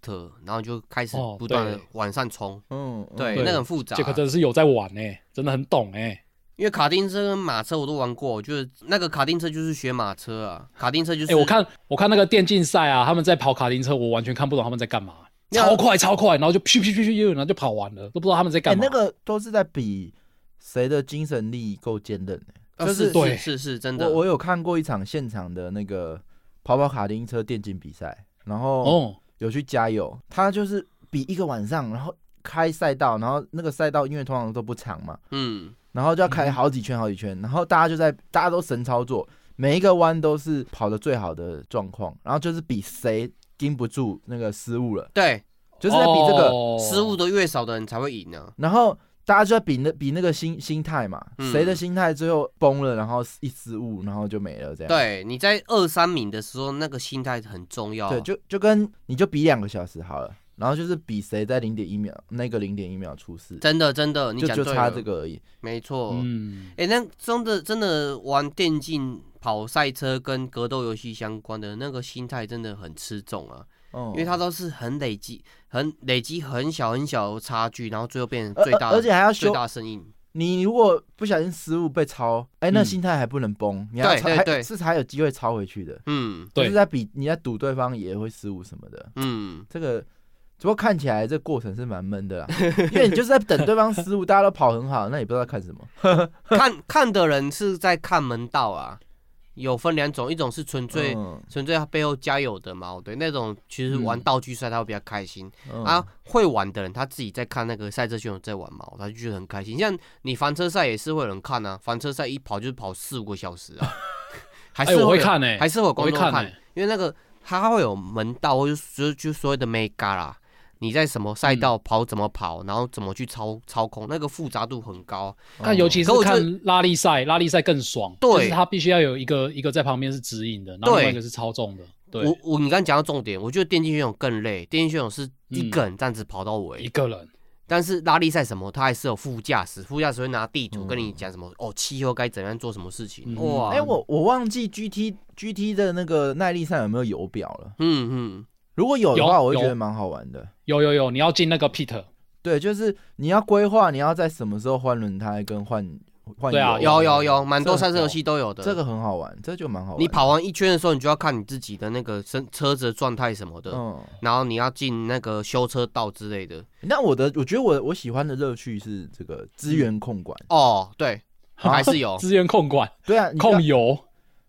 D: 然后就开始
B: 哦
D: 不断的
B: 对
D: 往上冲。
A: 嗯，嗯
D: 对，
B: 对
D: 那个很复杂啊
B: 杰。克真的是有在玩哎、真的很懂哎、
D: 因为卡丁车跟马车我都玩过，我觉得那个卡丁车就是学马车啊，卡丁车就
B: 哎、
D: 是
B: 我看我看那个电竞赛啊，他们在跑卡丁车，我完全看不懂他们在干嘛，
D: 那
B: 超快超快，然后就咻咻咻咻咻，然后就跑完了，都不知道他们在
A: 哎，
B: 干
D: 欸
B: 嘛。
A: 那个都是在比谁的精神力够坚韧。欸
D: 啊
A: 就是
D: 是
B: 对
D: 是是是真的
A: 我，我有看过一场现场的那个跑跑卡丁车电竞比赛，然后
B: 哦，
A: 有去加油，他就是比一个晚上，然后开赛道，然后那个赛道因为通常都不长嘛，
D: 嗯，
A: 然后就要开好几圈好几圈，然后大家就在大家都神操作，每一个弯都是跑的最好的状况，然后就是比谁盯不住那个失误了，
D: 对，
A: 就是在比这个，
B: 哦
D: 失误的越少的人才会赢啊呢。
A: 然后。大家就在比那比那个心心态嘛，
D: 嗯
A: 谁的心态最后崩了，然后一失误，然后就没了这样。
D: 对，你在二三名的时候，那个心态很重要。啊
A: 对，就就跟你就比两个小时好了，然后就是比谁在零点一秒那个零点一秒出事，
D: 真的真的，你
A: 就
D: 讲
A: 就
D: 对
A: 差
D: 了，
A: 这个而已。
D: 没错。
B: 嗯，
D: 哎、那真的真的玩电竞、跑赛车跟格斗游戏相关的那个心态真的很吃重啊，
A: 嗯，
D: 因为它都是很累积、很累积很小很小的差距，然后最后变成
A: 而
D: 最大的，
A: 而且还要
D: 最
A: 修
D: 大的声音。
A: 你如果不小心失误被超，哎，那
B: 嗯
A: 心态还不能崩，你还要
D: 对
A: 超
D: 对
A: 还
D: 对
A: 是还有机会超回去的。
D: 嗯
A: 就
B: 对
A: 是在比你在赌对方也会失误什么的，
D: 嗯，
A: 这个只不过看起来这过程是蛮闷 的啦，因为你就是在等对方失误，大家都跑很好，那也不知道看什 么。
D: 看看的人是在看门道啊，有分两种，一种是纯粹。
A: 嗯
D: 纯粹背后加油的嘛，哦对那种其实玩
B: 嗯
D: 道具赛他会比较开心、
A: 嗯
D: 啊。会玩的人他自己在看那个赛车选手在玩嘛，他就觉得很开心。像你房车赛也是会有人看啊，房车赛一跑就是跑四五个小时啊， 还
B: 哎、
D: 是
B: 我会
D: 有
B: 看哎、
D: 还是会有观众
B: 我会
D: 看，
B: 看
D: 因为那个它会有门道，或者就就所谓的 mega 啦，你在什么
B: 嗯
D: 赛道跑怎么跑，然后怎么去操操控，那个复杂度很高。
B: 那尤其是
D: 哦可我觉得
B: 看拉力赛，拉力赛更爽，
D: 对
B: 就是他必须要有一个一个在旁边是指引的，然后
D: 对
B: 另外一个是操纵的，对
D: 我，我你刚刚讲到重点，我觉得电竞选手更累，电竞选手是
B: 嗯
D: 一个人这样子跑到尾，
B: 一个人，
D: 但是拉力赛什么，它还是有副驾驶，副驾驶会拿地图
A: 嗯
D: 跟你讲什么、哦，气候该怎样做什么事情。
B: 嗯
D: 哇，
A: 哎，我我忘记 GT GT 的那个耐力赛有没有油表了。
D: 嗯嗯，
A: 如果有的话，
B: 有
A: 我会觉
B: 有
A: 得蛮好玩的。
B: 有有有，你要进那个 pit，
A: 对，就是你要规划你要在什么时候换轮胎跟换换
B: 对啊
A: 油
D: 有有有，蛮多
A: 这
D: 赛
A: 很
D: 车游戏都有的。
A: 哦这个很好玩，这就蛮好玩的。
D: 你跑完一圈的时候，你就要看你自己的那个身车子的状态什么的，
A: 嗯，
D: 然后你要进那个修车道之类的。
A: 那我的我觉得我我喜欢的乐趣是这个资源控管，
D: 哦，对，还 是有
B: 资源控管、
A: 对啊，你要
B: 控油，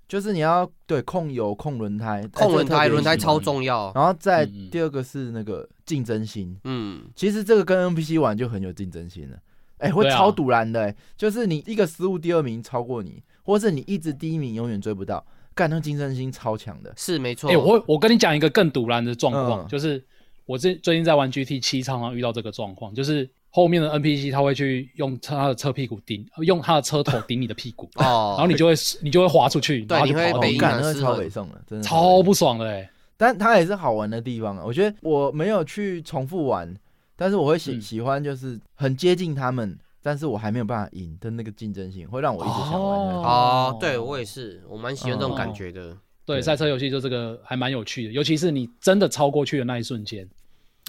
A: 就是你要对控油、控轮胎、哎
D: 控轮
A: 这个特
D: 胎，
A: 别
D: 轮胎
A: 喜
D: 超
A: 欢哦
D: 重要。
A: 然后再
B: 嗯嗯
A: 第二个是那个竞争心，
D: 嗯，
A: 其实这个跟 NPC 玩就很有竞争心了，哎、会
B: 对啊
A: 超堵然的、哎，就是你一个失误第二名超过你，或是你一直第一名永远追不到，干那竞争心超强的，
D: 是没错，
B: 哎、。我我跟你讲一个更堵然的状况，
A: 嗯
B: 就是我最最近在玩 GT 七，常常遇到这个状况，就是后面的 NPC 他会去用他的车屁股顶，用他的车头顶你的屁股
D: 哦，
B: 然后你就会你就会滑出去，
D: 对
B: 然后就
D: 你会
B: 跑到
D: 被
B: 你
D: 影
A: 哦干
D: 响
A: 那个
D: 思
A: 超
D: 维
A: 北宋了，真的
B: 超
A: 北宋
B: 不爽的、欸。
A: 但它也是好玩的地方啊。我觉得我没有去重复玩，但是我会喜、
B: 嗯
A: 喜欢就是很接近他们，但是我还没有办法赢的那个竞争性，会让我一直想玩下去。
D: 哦，对我也是，我蛮喜欢这
A: 嗯
D: 种感觉的。
B: 对，
A: 对
B: 赛车游戏就这个还蛮有趣的，尤其是你真的超过去的那一瞬间，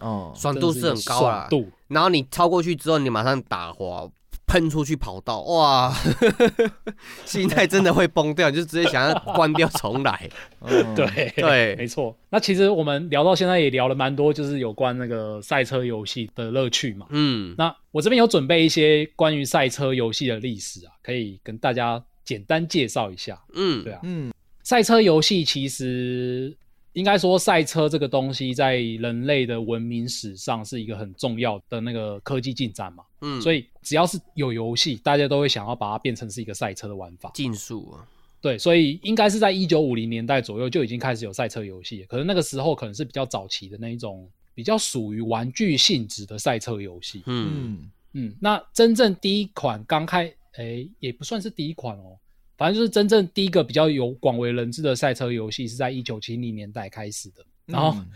A: 哦，
D: 爽度是
B: 真的
D: 很
B: 是一个
D: 高啦
B: 爽，度
D: 然后你超过去之后，你马上打滑，喷出去跑道，哇， 心态真的会崩掉，你就直接想要关掉重 来。
A: 嗯
B: 对 没
D: 对，
B: 错。那其实我们聊到现在也聊了蛮多，就是有关那个赛车游戏的乐趣嘛。
D: 嗯，
B: 那我这边有准备一些关于赛车游戏的历史啊，可以跟大家简单介绍一下。
D: 嗯，
B: 对啊
A: 嗯，
B: 赛车游戏其实应该说，赛车这个东西在人类的文明史上是一个很重要的那个科技进展嘛，
D: 嗯，
B: 所
D: 以
B: 以只要是有游戏，大家都会想要把它变成是一个赛车的玩法。
D: 竞速啊，
B: 对，所以应该是在一九五零年代左右就已经开始有赛车游戏了，可能那个时候可能是比较早期的那一种，比较属于玩具性质的赛车游戏。
D: 嗯，
A: 嗯，
B: 嗯，那真正第一款刚开，诶，也不算是第一款哦，反正就是真正第一个比较有广为人知的赛车游戏是在一九七零年代开始的。然后、
A: 嗯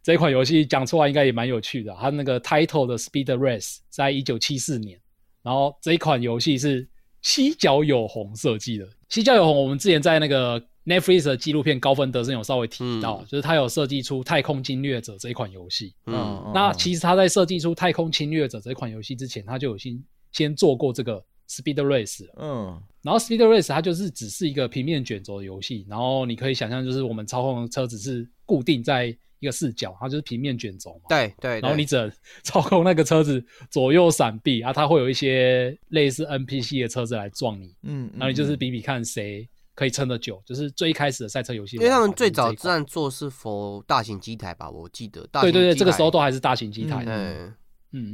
B: 这一款游戏讲出来应该也蛮有趣的啊，它那个 title 的 Speed Race 在一九七四年，然后这一款游戏是西角有红设计的。西角有红，我们之前在那个 Netflix 的纪录片《高分得胜》有稍微提到，
D: 嗯
B: 就是他有设计出《太空侵略者》这一款游戏。
D: 嗯，
B: 那其实他在设计出《太空侵略者》这款游戏之前，他就有先先做过这个 Speed Race 了。
A: 嗯
B: 然后 Speed Race 它就是只是一个平面卷轴的游戏，然后你可以想象，就是我们操控的车子是固定在一个视角，它就是平面卷轴嘛。
D: 对对，
B: 然后
D: 对
B: 你只能操控那个车子左右闪避啊，它会有一些类似 NPC 的车子来撞你，
A: 嗯，
B: 然后你就是
A: 嗯
B: 比比看谁可以撑得久，就是最一开始的赛车游戏
D: 因
B: 玩法。
D: 为他们最早
B: 就是
D: 这
B: 这一款
D: 样做是 for 大型机台吧，我记得。大
B: 对
D: 型
B: 对对，
D: 机
B: 这个时候
D: 台
B: 都还是大型机台，
A: 嗯
D: 嗯
B: 嗯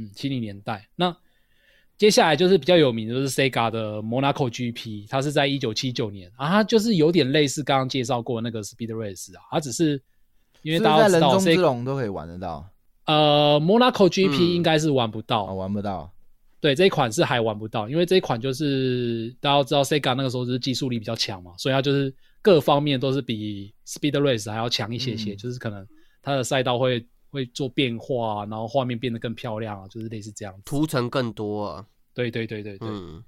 B: 嗯，七零年代。那接下来就是比较有名的，就是 Sega 的 Monaco GP，它是在一九七九年啊，它就是有点类似刚刚介绍过那个 Speed Race 啊，它只是因为
A: 是不
B: 大
A: 是
B: 家
A: 在人
B: 都知道
A: 中之
B: Sega
A: 龙都可以玩得到，
B: 呃 Monaco
D: 嗯
B: GP 应该是玩不到，
A: 啊，玩不到，
B: 对这一款是还玩不到，因为这一款就是大家都知道 Sega 那个时候就是技术力比较强嘛，所以它就是各方面都是比 Speed Race 还要强一些些，
A: 嗯
B: 就是可能它的赛道会会做变化、啊，然后画面变得更漂亮啊，就是类似这样子。
D: 图层更多啊，
B: 对对对对对。
D: 嗯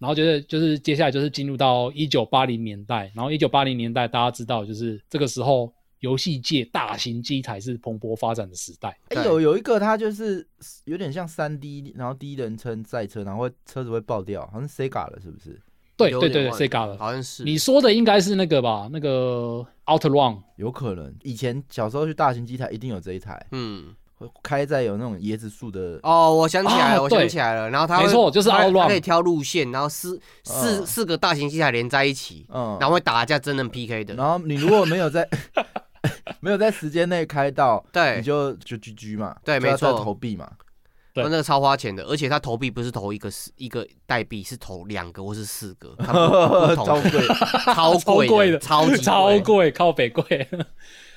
B: 然后就是就是接下来就是进入到一九八零年代，然后一九八零年代大家知道就是这个时候游戏界大型机台是蓬勃发展的时代，
A: 哎、
D: 对
A: 有有一个它就是有点像三 D，然后第一人称赛车，然后会车子会爆掉，好像 Sega 了是不是？
B: 对
D: 有
B: 对对对
D: 点忘
B: ，Sega 了。
D: 好像是
B: 你说的应该是那个吧？那个 Outrun，
A: 有可能，以前小时候去大型机台一定有这一台，
D: 嗯。
A: 会开在有那种椰子树的，
D: 哦，我想起来了，
B: 啊
D: 我想
B: 对
D: 起来了。然后它会
B: 没错就是
D: 它
B: Outrun
D: 它可以挑路线，然后四四
A: 嗯
D: 四个大型机台连在一起，
A: 嗯，
D: 然后会打一架真人 PK 的。
A: 然后你如果没有在 没有在时间内开到，你
D: 对，
A: 就就 GG 嘛，
D: 对
A: 就要
D: 没错
A: 再投币嘛，
B: 对
D: 那个超花钱的，而且他投币不是投一个是一个代币，是投两个或是四个，它不不同
A: 超贵，
D: 超贵
B: 超贵
D: 的，
B: 的
D: 超级
B: 超贵，靠北贵。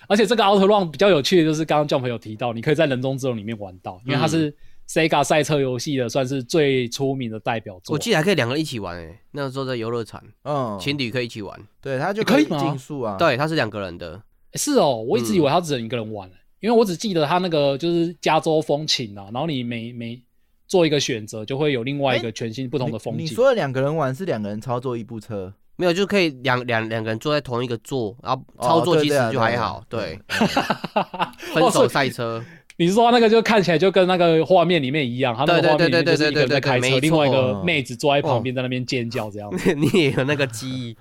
B: 而且这个 Outrun 比较有趣的就是，刚刚 Jump 有提到，你可以在人中之龙里面玩到，因
D: 嗯
B: 为它是 Sega 赛车游戏的算是最出名的代表作。
D: 我记得还可以两个人一起玩诶、那个时候在游乐场，
A: 嗯，
D: 情侣可以一起玩。
A: 对，它就
B: 可以吗
A: 竞速啊，，
D: 对，它是两个人的，
B: 欸是哦，我一直以
D: 嗯
B: 为他只能一个人玩、因为我只记得他那个就是加州风情啊，然后你每每做一个选择，就会有另外一个全新不同的风
A: 你。你
B: 景。
A: 说的两个人玩是两个人操作一部车，
D: 没有就可以两两两个人坐在同一个座，然后
A: 哦
D: 操作
A: 对
D: 其
A: 对啊
D: 实就
A: 对啊
D: 还好。对，
A: 嗯嗯
D: 分
B: 哦所
D: 手
B: 以
D: 赛车，
B: 你是说那个就看起来就跟那个画面里面一样，他那个画面里
D: 对
B: 面
D: 对
B: 就
D: 对
B: 是一个人在开
D: 对对对
B: 车，另
D: 没错哦
B: 外一个妹子坐在旁边在那边尖叫这样。
D: 你也有那个记忆，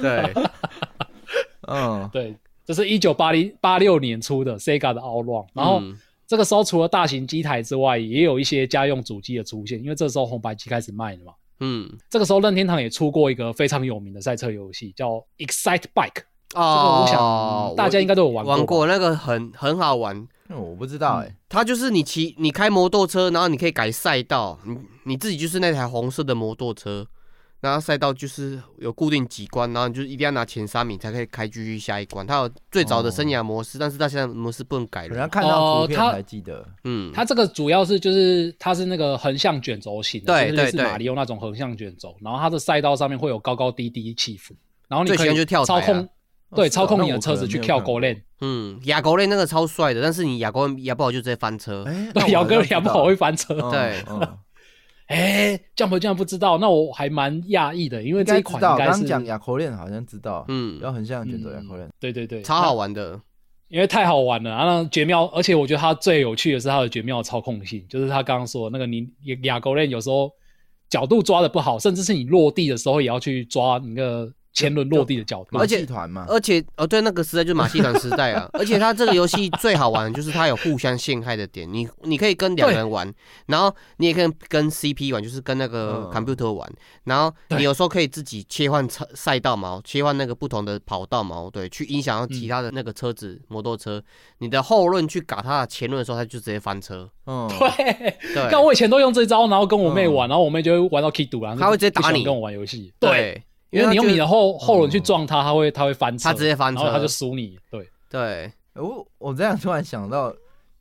D: 对，
A: 嗯，
B: 对，这是一九八零八六年出的 Sega 的 Outrun，然后
D: 嗯
B: 这个时候除了大型机台之外，也有一些家用主机的出现，因为这时候红白机开始卖了嘛。
D: 嗯
B: 这个时候任天堂也出过一个非常有名的赛车游戏，叫 Excite Bike，
D: 哦，
B: 我想大家应该都有玩
D: 玩
B: 过吧
D: 过那个很很好玩。
A: 那我不知道哎，
D: 它就是你骑你开摩托车，然后你可以改赛道，你你自己就是那台红色的摩托车，然后赛道就是有固定几关，然后你就一定要拿前三名才可以开继续下一关。它有最早的生涯模式，但是它现在模式不能改
A: 可能
D: 了。
A: 看到图片
B: 哦他
A: 才记得。
D: 嗯，
B: 它这个主要是就是它是那个横向卷轴型的，
D: 对
B: 就是类似
D: 对对
B: 马里奥那种横向卷轴，然后它的赛道上面会有高高低低起伏，然后你
D: 最喜
B: 可以
D: 欢就跳台
B: 操
D: 啊
B: 控，
A: 哦
B: 对，
A: 是哦
B: 操控你
A: 那
B: 的
A: 我
B: 车
A: 可
B: 子
A: 能
B: 去
A: 没有
B: 跳
A: 看过
B: 狗链。
D: 嗯，哑狗类那个超帅的，但是你哑狗哑不好就直接翻车。
A: 哎，那
B: 对，
A: 我
B: 姚
A: 好像
B: 哥
A: 知
B: 两不
A: 道
B: 好会翻车。
A: 嗯
D: 对
A: 嗯
B: 哎，Jump Jump 不知道，那我还蛮讶异的，因为
A: 应
B: 这
A: 该
B: 一
A: 知
B: 款
A: 道。
B: 应
A: 刚
B: 该
A: 刚
B: 是
A: 讲亚口链好像知道，
D: 嗯，
A: 要横向卷轴亚口链。
B: 对对对，
D: 超好玩的。
B: 因为太好玩了，然后绝妙，而且我觉得它最有趣的是它的绝妙操控性，就是他刚刚说的那个你亚狗链有时候角度抓的不好，甚至是你落地的时候也要去抓你那个前轮落地的角度
A: 马
D: 而。且
A: 戏团嘛，
D: 而且，哦，对，那个时代就是马戏团时代啊。而且它这个游戏最好玩的就是它有互相陷害的点，你你可以跟两个人玩，然后你也可以跟 CP 玩，就是跟那
A: 嗯
D: 个 computer 玩，然后你有时候可以自己切换车赛道嘛，切换那个不同的跑道嘛，对，去影响到其他的那个车子、摩托车。你的后轮去嘎它的前轮的时候，它就直接翻车。
A: 嗯，
B: 对，
D: 对，
B: 但我以前都用这招，然后跟我妹玩，
A: 嗯
B: 然后我妹就会玩到 K 赌啊，
D: 她会直接打
B: 不喜欢
D: 你
B: 跟我玩游戏。，
D: 对，
B: 因为你用
D: 它
B: 你
D: 就
B: 的后后轮去撞它，它会它会翻车，
D: 它直接翻
B: 然后它
D: 车
B: 就输你。对，
D: 对，
A: 我我这样突然想到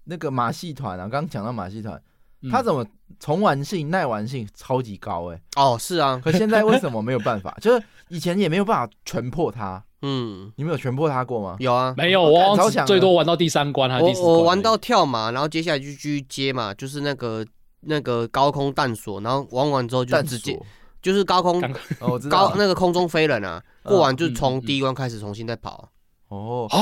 A: 那个马戏团啊，刚刚讲到马戏团，
B: 嗯
A: 它怎么重玩性、耐玩性超级高 哎、
D: 哦，是啊，
A: 可现在为什么没有办法？就是以前也没有办法全破它，
D: 嗯，
A: 你们有全破它过吗？
D: 有啊，
B: 没有，
A: 我
B: 我
A: 看
B: 好像
A: 超
B: 只
A: 强的
B: 最多玩到第三关还是
D: 我
B: 第四关欸而已。
D: 我玩到跳嘛，然后接下来就继续接嘛，就是那个那个高空弹索，然后玩完之后就
A: 但
D: 直接
A: 锁
D: 就是高空
B: 刚
A: 哦，我知道
D: 高那个空中飞人啊，
A: 嗯
D: 过完就
B: 嗯嗯
D: 从
B: 嗯
D: 第一关开始重新再跑。
A: 哦，
B: 啊，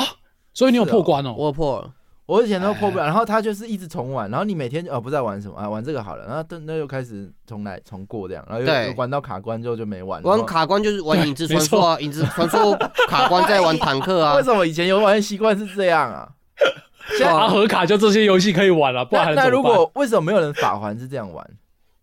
B: 所以你有
A: 是哦
B: 破关哦。
D: 我有破了，
A: 我以前都破不了，然后它就是一直重玩，然后你每天哦不知道玩什么啊，玩这个好了，然后那那又开始重来重过这样，然后又
D: 对
A: 又玩到卡关之后就没玩。
D: 玩
A: 然后
D: 卡关就是玩影子传说啊，影子传说卡关再玩坦 克啊
A: 为。什么以前游玩习惯是这样啊？
D: 对啊
B: 阿和卡就这些游戏可以玩了，不然
A: 那
B: 还
A: 那
B: 能怎
A: 如
B: 么办
A: 果为什么没有人法环是这样玩，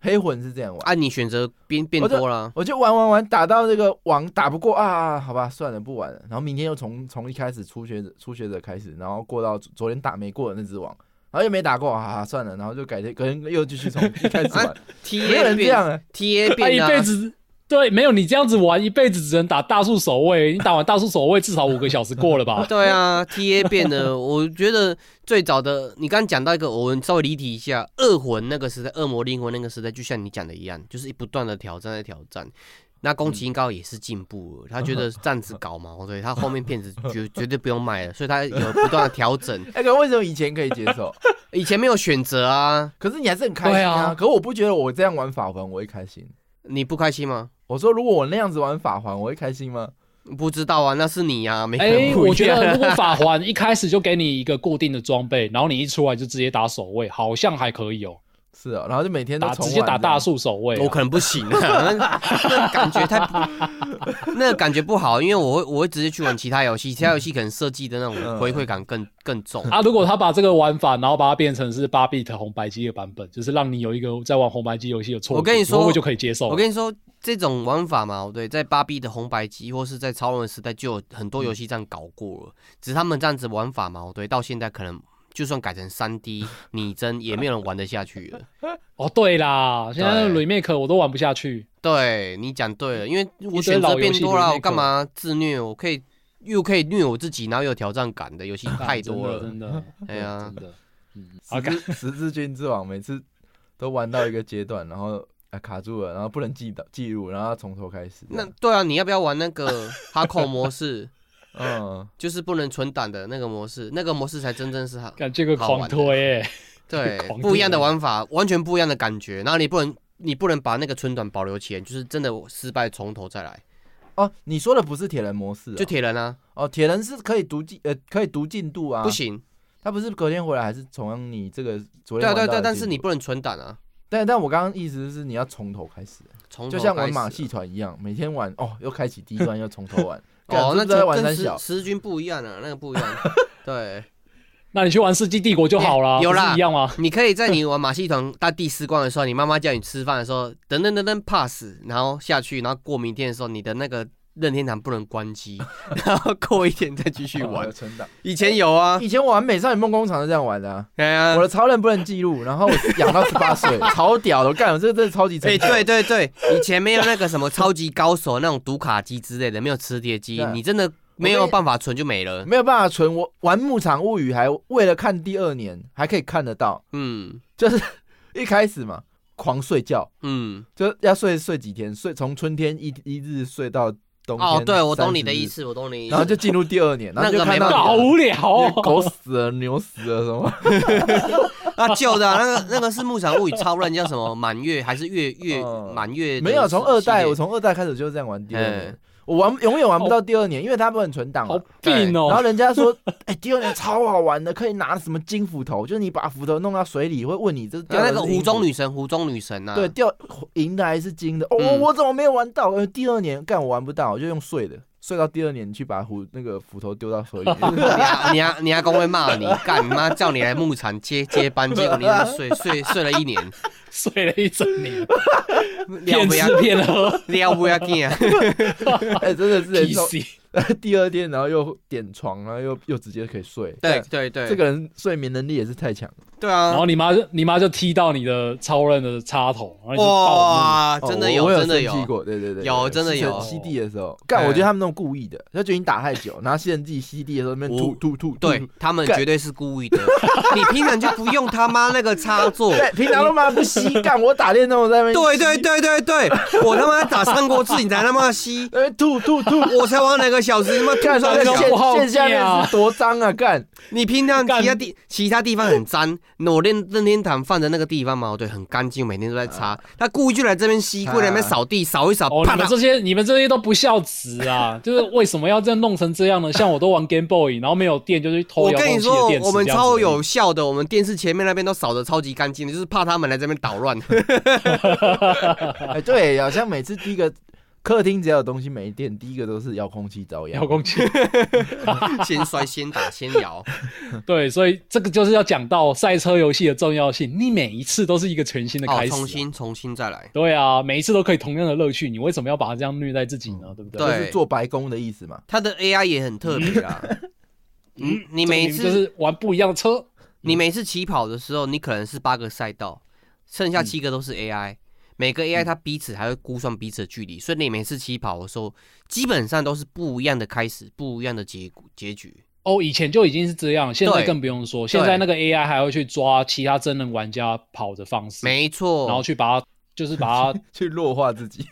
A: 黑魂是这样玩？
D: 按你选择变变
A: 我就
D: 多了，啊
A: 我就玩玩玩，打到这个网打不过啊，好吧，算了，不玩了。然后明天又从从一开始初学者初学者开始，然后过到昨天打没过的那只网，然后又没打过，啊，算了，然后就改天，可能又继续从一开始玩。
D: ，T
A: 没有
D: A
A: 人这
D: 变
A: 样啊，
D: T A
B: 他一
D: 变
B: 辈
D: 啊，
B: 子对没有你这样子玩，一辈子只能打大树守卫。你打完大树守卫至少五个小时过了 吧？
D: 对啊，T A 变的。我觉得最早的你刚刚讲到一个，我们稍微离题一下，恶魂那个时代，恶魔灵魂那个时代，就像你讲的一样，就是不断的挑战在挑战。那宫崎英高也是进步了，他觉得暂时搞嘛，所以他后面片子绝绝对不用卖了，所以他有不断的调整。
A: 那个为什么以哎前可以接受，
D: 以前没有选择啊，
A: 可是你还是很开心
B: 对
A: 啊？
B: 啊
A: 可我不觉得我这样玩法环我会开心。
D: 你不开心吗？
A: 我说如果我那样子玩法环，我会开心吗？
D: 不知道啊，那是你啊，每个
B: 哎
D: 人，不一
B: 我觉
D: 样
B: 得如果法环一开始就给你一个固定的装备，然后你一出来就直接打守卫，好像还可以哦，
A: 是啊，然后就每天都
B: 打
A: 重
B: 直接
A: 玩
B: 打
A: 这样
B: 大树守卫啊、
D: 我可能不行啊， 那那感觉太不那感觉不好，因为我会我会直接去玩其他游戏，其他游戏可能设计的那种
A: 嗯
D: 回馈感更更重。
B: 啊！如果他把这个玩法，然后把它变成是八 bit 红白机的版本，就是让你有一个在玩红白机游戏的错觉，
D: 我跟你说
B: 会不会就可以接受了。
D: 我跟你说，这种玩法嘛，对，在芭比的红白机或是在超人时代就有很多游戏这样搞过了，只是他们这样子玩法嘛，对，到现在可能就算改成三 D 拟真，也没有人玩得下去 了。
B: 哦，对啦，现在
D: 对
B: remake 我都玩不下去。
D: 对你讲对了，因为我
B: 一堆
D: 选
B: 老
D: 择
B: 游
D: 变
B: 戏
D: 多
B: 里
D: 了，
B: 面
D: 我干
B: 可
D: 嘛自虐？我可以又可以虐我自己，然后又有挑战感的游戏太多了。
B: 啊真的，
D: 哎呀
B: 真的，嗯，
A: 十
B: 好，
A: 字十字军之王每次都玩到一个阶段，然后啊卡住了，然后不能记的记录，然后要从头开始。
D: 那对啊，你要不要玩那个 哈扣模式？
A: 嗯，
D: 就是不能存档的那个模式，那个模式才真正是好，
B: 感这个
D: 好
B: 狂
D: 玩的
B: 推、欸，
D: 对
B: 狂推
D: 不一样的玩法，完全不一样的感觉。然后你不能，你不能把那个存档保留起来，就是真的失败从头再来，
A: 哦，你说的不是铁人模式哦、
D: 就铁人啊，
A: 哦，铁人是可以读进呃可以读进度啊，
D: 不行，
A: 他不是隔天回来还是从你这个昨
D: 对
A: 天
D: 啊
A: 玩
D: 对啊
A: 到
D: 对啊，
A: 的
D: 但
A: 结
D: 是你
A: 果
D: 不能存档啊，
A: 但但我刚刚意思是你要从头开始，啊
D: 从
A: 就
D: 头
A: 像
D: 开
A: 玩马
D: 始啊
A: 戏团一样，每天玩哦，又开启第一关，又从头 玩。干
D: 哦，那
A: 是不是在
D: 就
A: 玩
D: 跟
A: 三
D: 十
A: 小，
D: 十军不一样啊了，那个不 一样。对，
B: 那你去玩《世纪帝国》就好啦，
D: 有
B: 不是
D: 啦
B: 一样吗？
D: 你可以在你玩马戏团到第四关的时候，你妈妈叫你吃饭的时候，等等等等 pass，然后下去，然后过明天的时候，你的那个任天堂不能 关机，然后过一天再继续玩
A: 的。存档。
D: 以前有啊，
A: 以前我玩《美少女梦工厂》是这样玩的啊，
D: 哎呀
A: 我，的超人不能记录，然后我养到十八岁， 超屌的，我干，我这个真的超级成
D: 哎，
A: 就。
D: 对对对，以前没有那个什么超级高手那种读卡机之类的，没有磁碟机
A: 对，啊
D: 你真的没有办法存就没了。
A: 没有办法存，我玩《牧场物语》还为了看第二年，还可以看得到，
D: 嗯
A: 就是一开始嘛，狂睡觉，
D: 嗯，
A: 就是要睡睡几天，睡从春天一一日睡到冬天。
D: 哦，对，我懂你的
A: 30日
D: 意，思，我懂你的意思。
A: 然后就进入第二年，然后
D: 那
A: 就
D: 个
A: 看
D: 没办法
A: 到
B: 好
A: 你
B: 无聊
A: 的
B: 哦。
A: 狗死了、牛死了什么，
D: 啊，旧的、啊、那个那个是《牧场物语》超人叫什么满月还是月月
A: 嗯
D: 满月的系列？
A: 没有从二代，我从二代开始就是这样玩第二年
D: 嗯，
A: 我玩永远玩不到第二年，因为它不能存档嘛
B: 好
D: 啊
B: 病
A: 然后
B: 哦！
A: 人家 说，哎、第二年超好玩的，可以拿什么金斧头，就是你把斧头弄到水里，会问你这掉
D: 然
A: 的是
D: 后啊那个
A: 银
D: 湖
A: 斧
D: 中女神，湖中女神呐、啊，
A: 对，，掉银的还是金的？哦，
D: 嗯
A: 我怎么没有玩到？呃，第二年干我玩不到，我就用碎的，碎到第二年去把斧那个斧头丢到 水里。
D: 你阿你阿 你阿公会骂你，干你妈叫你来牧 场接接班，结果你在那睡睡睡了一年，
B: 睡了一整年，
D: 了
B: 骗
D: 不要
B: 吃骗喝
D: 了不要 紧啊！
A: 哎、真的是人
B: ，PC。
A: 从第二天，然后又点床，然后又又直接可以睡。
D: 对
A: 干，
D: 对对，
A: 这个人睡眠能力也是太强了。
D: 对
B: 然
D: 啊
B: 后，你妈就你妈就踢到你的超人的插头，然后你就暴怒。
D: 哇，真的
A: 哦我我
D: 真的
A: 有生气
D: 有，
A: 过，对对对，
D: 有真的
A: 吸
D: 有
A: 吸地的时候，干，
D: 哎
A: 我觉得他们那种故意的，他觉得你打太久，然后现在自己吸地的时候，那边吐
D: 我
A: 吐吐，吐
D: 对
A: 吐
D: 他们
A: 干
D: 绝对是故意 的，你平常就不用他妈那个插座，
A: 对，平常都妈不吸，干，我打电动我在那边
D: 对
A: 吸
D: 对，对对对，我他妈打三国志你才他妈吸。
A: 在那边吐吐吐，
D: 我才玩两个小时，他妈
A: 干，
D: 干
A: 那个
D: 上去
B: 这
A: 线
B: 不好
A: 线下面
B: 讲
A: 是多脏啊，干。
D: 你平常
B: 干
D: 其他地其他地方 很脏，那我任任天堂放的那个地方嘛，对，很干净，每天都在擦。他故意就来这边吸，
A: 啊
D: 过来那边扫地，扫一扫，
B: 啊哦，
D: 啪
B: 你们
D: 嗒。
B: 这些你们这些都不孝子啊！ 就是为什么要这样弄成这样呢？像我都玩 Game Boy，然后没有电就去偷
D: 我
B: 遥控
D: 跟
B: 器
D: 你
B: 的
D: 说
B: 电池。，
D: 我们
B: 这样子
D: 超有效的，我们电视前面那边都扫的超级干净的，就是怕他们来这边捣 乱。
A: 哎、对，好像每次第一个客厅只要有东西没电，第一个都是遥控器遭殃。
B: 遥控器。
D: 先摔，先打，先 摇。
B: 对，所以这个就是要讲到赛车游戏的重要性。你每一次都是一个全新的
D: 哦
B: 开，始啊、
D: 重新，重新再来。
B: 对啊，每一次都可以同样的乐趣，你为什么要把它这样虐待自己呢？对不对？
A: 就
D: 嗯对
A: 是做白工的意思嘛。
D: 他的 AI 也很特别 啊。嗯，
B: 这个
D: 你每
B: 明明
D: 次
B: 就是玩不一样的车，
A: 嗯
D: 你每次起跑的时候，你可能是八个赛道，剩
A: 嗯
D: 下七个都是 AI，、每个 AI 它彼此还会估算彼此的距离，所以你每次起跑的时候，基本上都是不一样的开始，不一样的结果结局。
B: 哦，以前就已经是这样，现在
D: 对
B: 更不用说，现在那个 AI 还会去抓其他真人玩家跑的方式，
D: 没
B: 然后
D: 错，
B: 去把它。就是把它
A: 去弱化自己，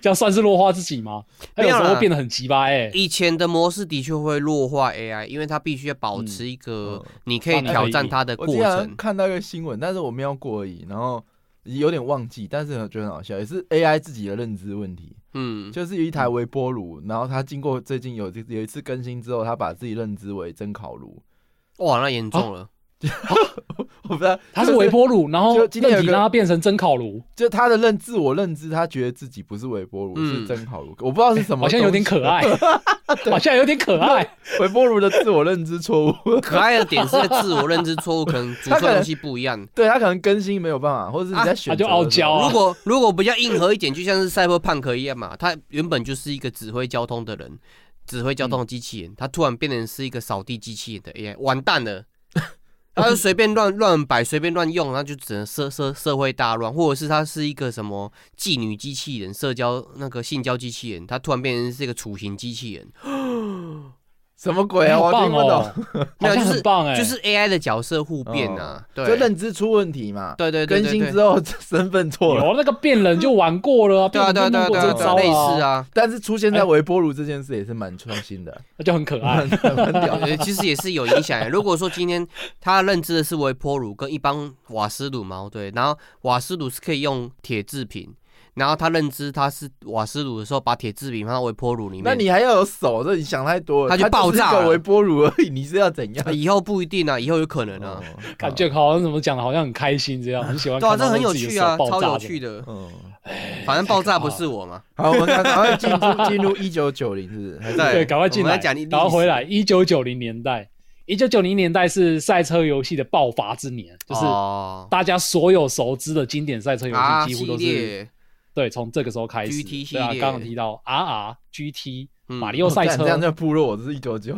B: 这样算是弱化自己吗？它
D: 没
B: 有
D: 有
B: 时
D: 啦
B: 候变得很鸡巴哎，
D: 以前的模式的确会弱化 AI，因为它必须要保
A: 嗯
D: 持一个
A: 呃
D: 你可以挑战它的
A: 我
D: 过
A: 之前好像
D: 程。
A: 看到一个新闻，但是我瞄过而已，然后有点忘记，但是觉得很好笑，也是 AI 自己的认知问题，
D: 嗯，
A: 就是有一台微波炉，然后它经过最近有有一次更新之后，它把自己认知为蒸烤炉，
D: 哇，那严重
A: 啊
D: 了。
A: 我不知道
B: 它是微，波炉，然后
A: 就
B: 任
A: 今天有
B: 体
A: 个
B: 让它变成蒸烤炉，
A: 就是就它的认自我认知，它觉得自己不是微波炉，
D: 嗯
A: 是蒸烤炉，我不知道是什么，
B: 好像有点可， 爱，好像有点可爱。
A: 微波炉的自我认知错误。
D: 可爱的点是在自我认知错误，可能煮出
A: 它可能
D: 的东西不一样。
A: 对他可能更新没有办法，或者是你在选择的时候、
B: 啊他就傲娇啊
D: 如果如果比较硬核一点，就像是赛博胖克一样嘛，他原本就是一个指挥交通的人，指挥交通的机器人，他突然变成是一个扫地机器人的 AI，完蛋了。他就随便乱乱摆，随便乱用，那就只能社社社会大乱，或者是他是一个什么妓女机器人、社交那个性交机器人，他突然变成是一个处刑机器人，
A: 什么鬼啊？
B: 好
A: 我
B: 棒
A: 听不懂，
B: 哦， 好像很棒哎，
D: 就是 AI 的角色互变啊，
A: 就
D: 对，
A: 认知出问题嘛。
D: 对对对对
A: 更新之后 身份错了，
B: 有那个变人就玩过了啊，
D: 对啊对啊
B: 变
D: 对
B: 人就
D: 啊对
B: 弄
D: 啊，
B: 过
D: 对
B: 这
D: 啊
B: 招
D: 类似，啊，
A: 但是出现在微波炉这件事也是蛮创新的，
B: 那啊就很哎可 爱。
A: 蛮屌的。
D: 呃，其实也是有影响 的。如果说今天他认知的是微波炉跟一般瓦斯炉嘛，对，然后瓦斯炉是可以用铁制品，然后他认知他是瓦斯炉的时候，把铁制品放到微波炉里面。
A: 那你还要有手，这你想太多了。
D: 它就
A: 它
D: 爆
A: 是
D: 炸
A: 一
D: 了
A: 个微波炉而已，你是要怎样？
D: 以后不一定啊，以后有可能啊
A: 哦。
B: 感 觉好像怎么讲的，好像很开心这样，很喜欢
D: 对啊，
B: 哦看
D: 这
B: 到
D: 很有
B: 自己的哦
D: 趣
B: 手
D: 啊，
B: 爆
D: 超
B: 炸
D: 有
B: 这样
D: 趣的。
A: 嗯，
D: 反正爆炸
B: 太可
D: 不
B: 怕了
D: 是我嘛，
A: 好，我们赶快进入进入一九九零，是不是？还是
D: 对
B: 对，赶快进
D: 我们
B: 来，
D: 来讲历史
B: 然后回来。一九九零年代，一九九零年代是赛车游戏的爆发之年，就是
D: 哦
B: 大家所有熟知的经典赛车游
D: 啊
B: 戏几乎
D: 系
B: 都是、
D: 列，
B: 对，从这个时候开始。
D: GT
B: 对啊
D: 系，列
B: 刚刚提到 RR、GT、
D: 嗯
B: 马里奥赛
A: 哦这样
B: 车，
A: 就部落，我是一九九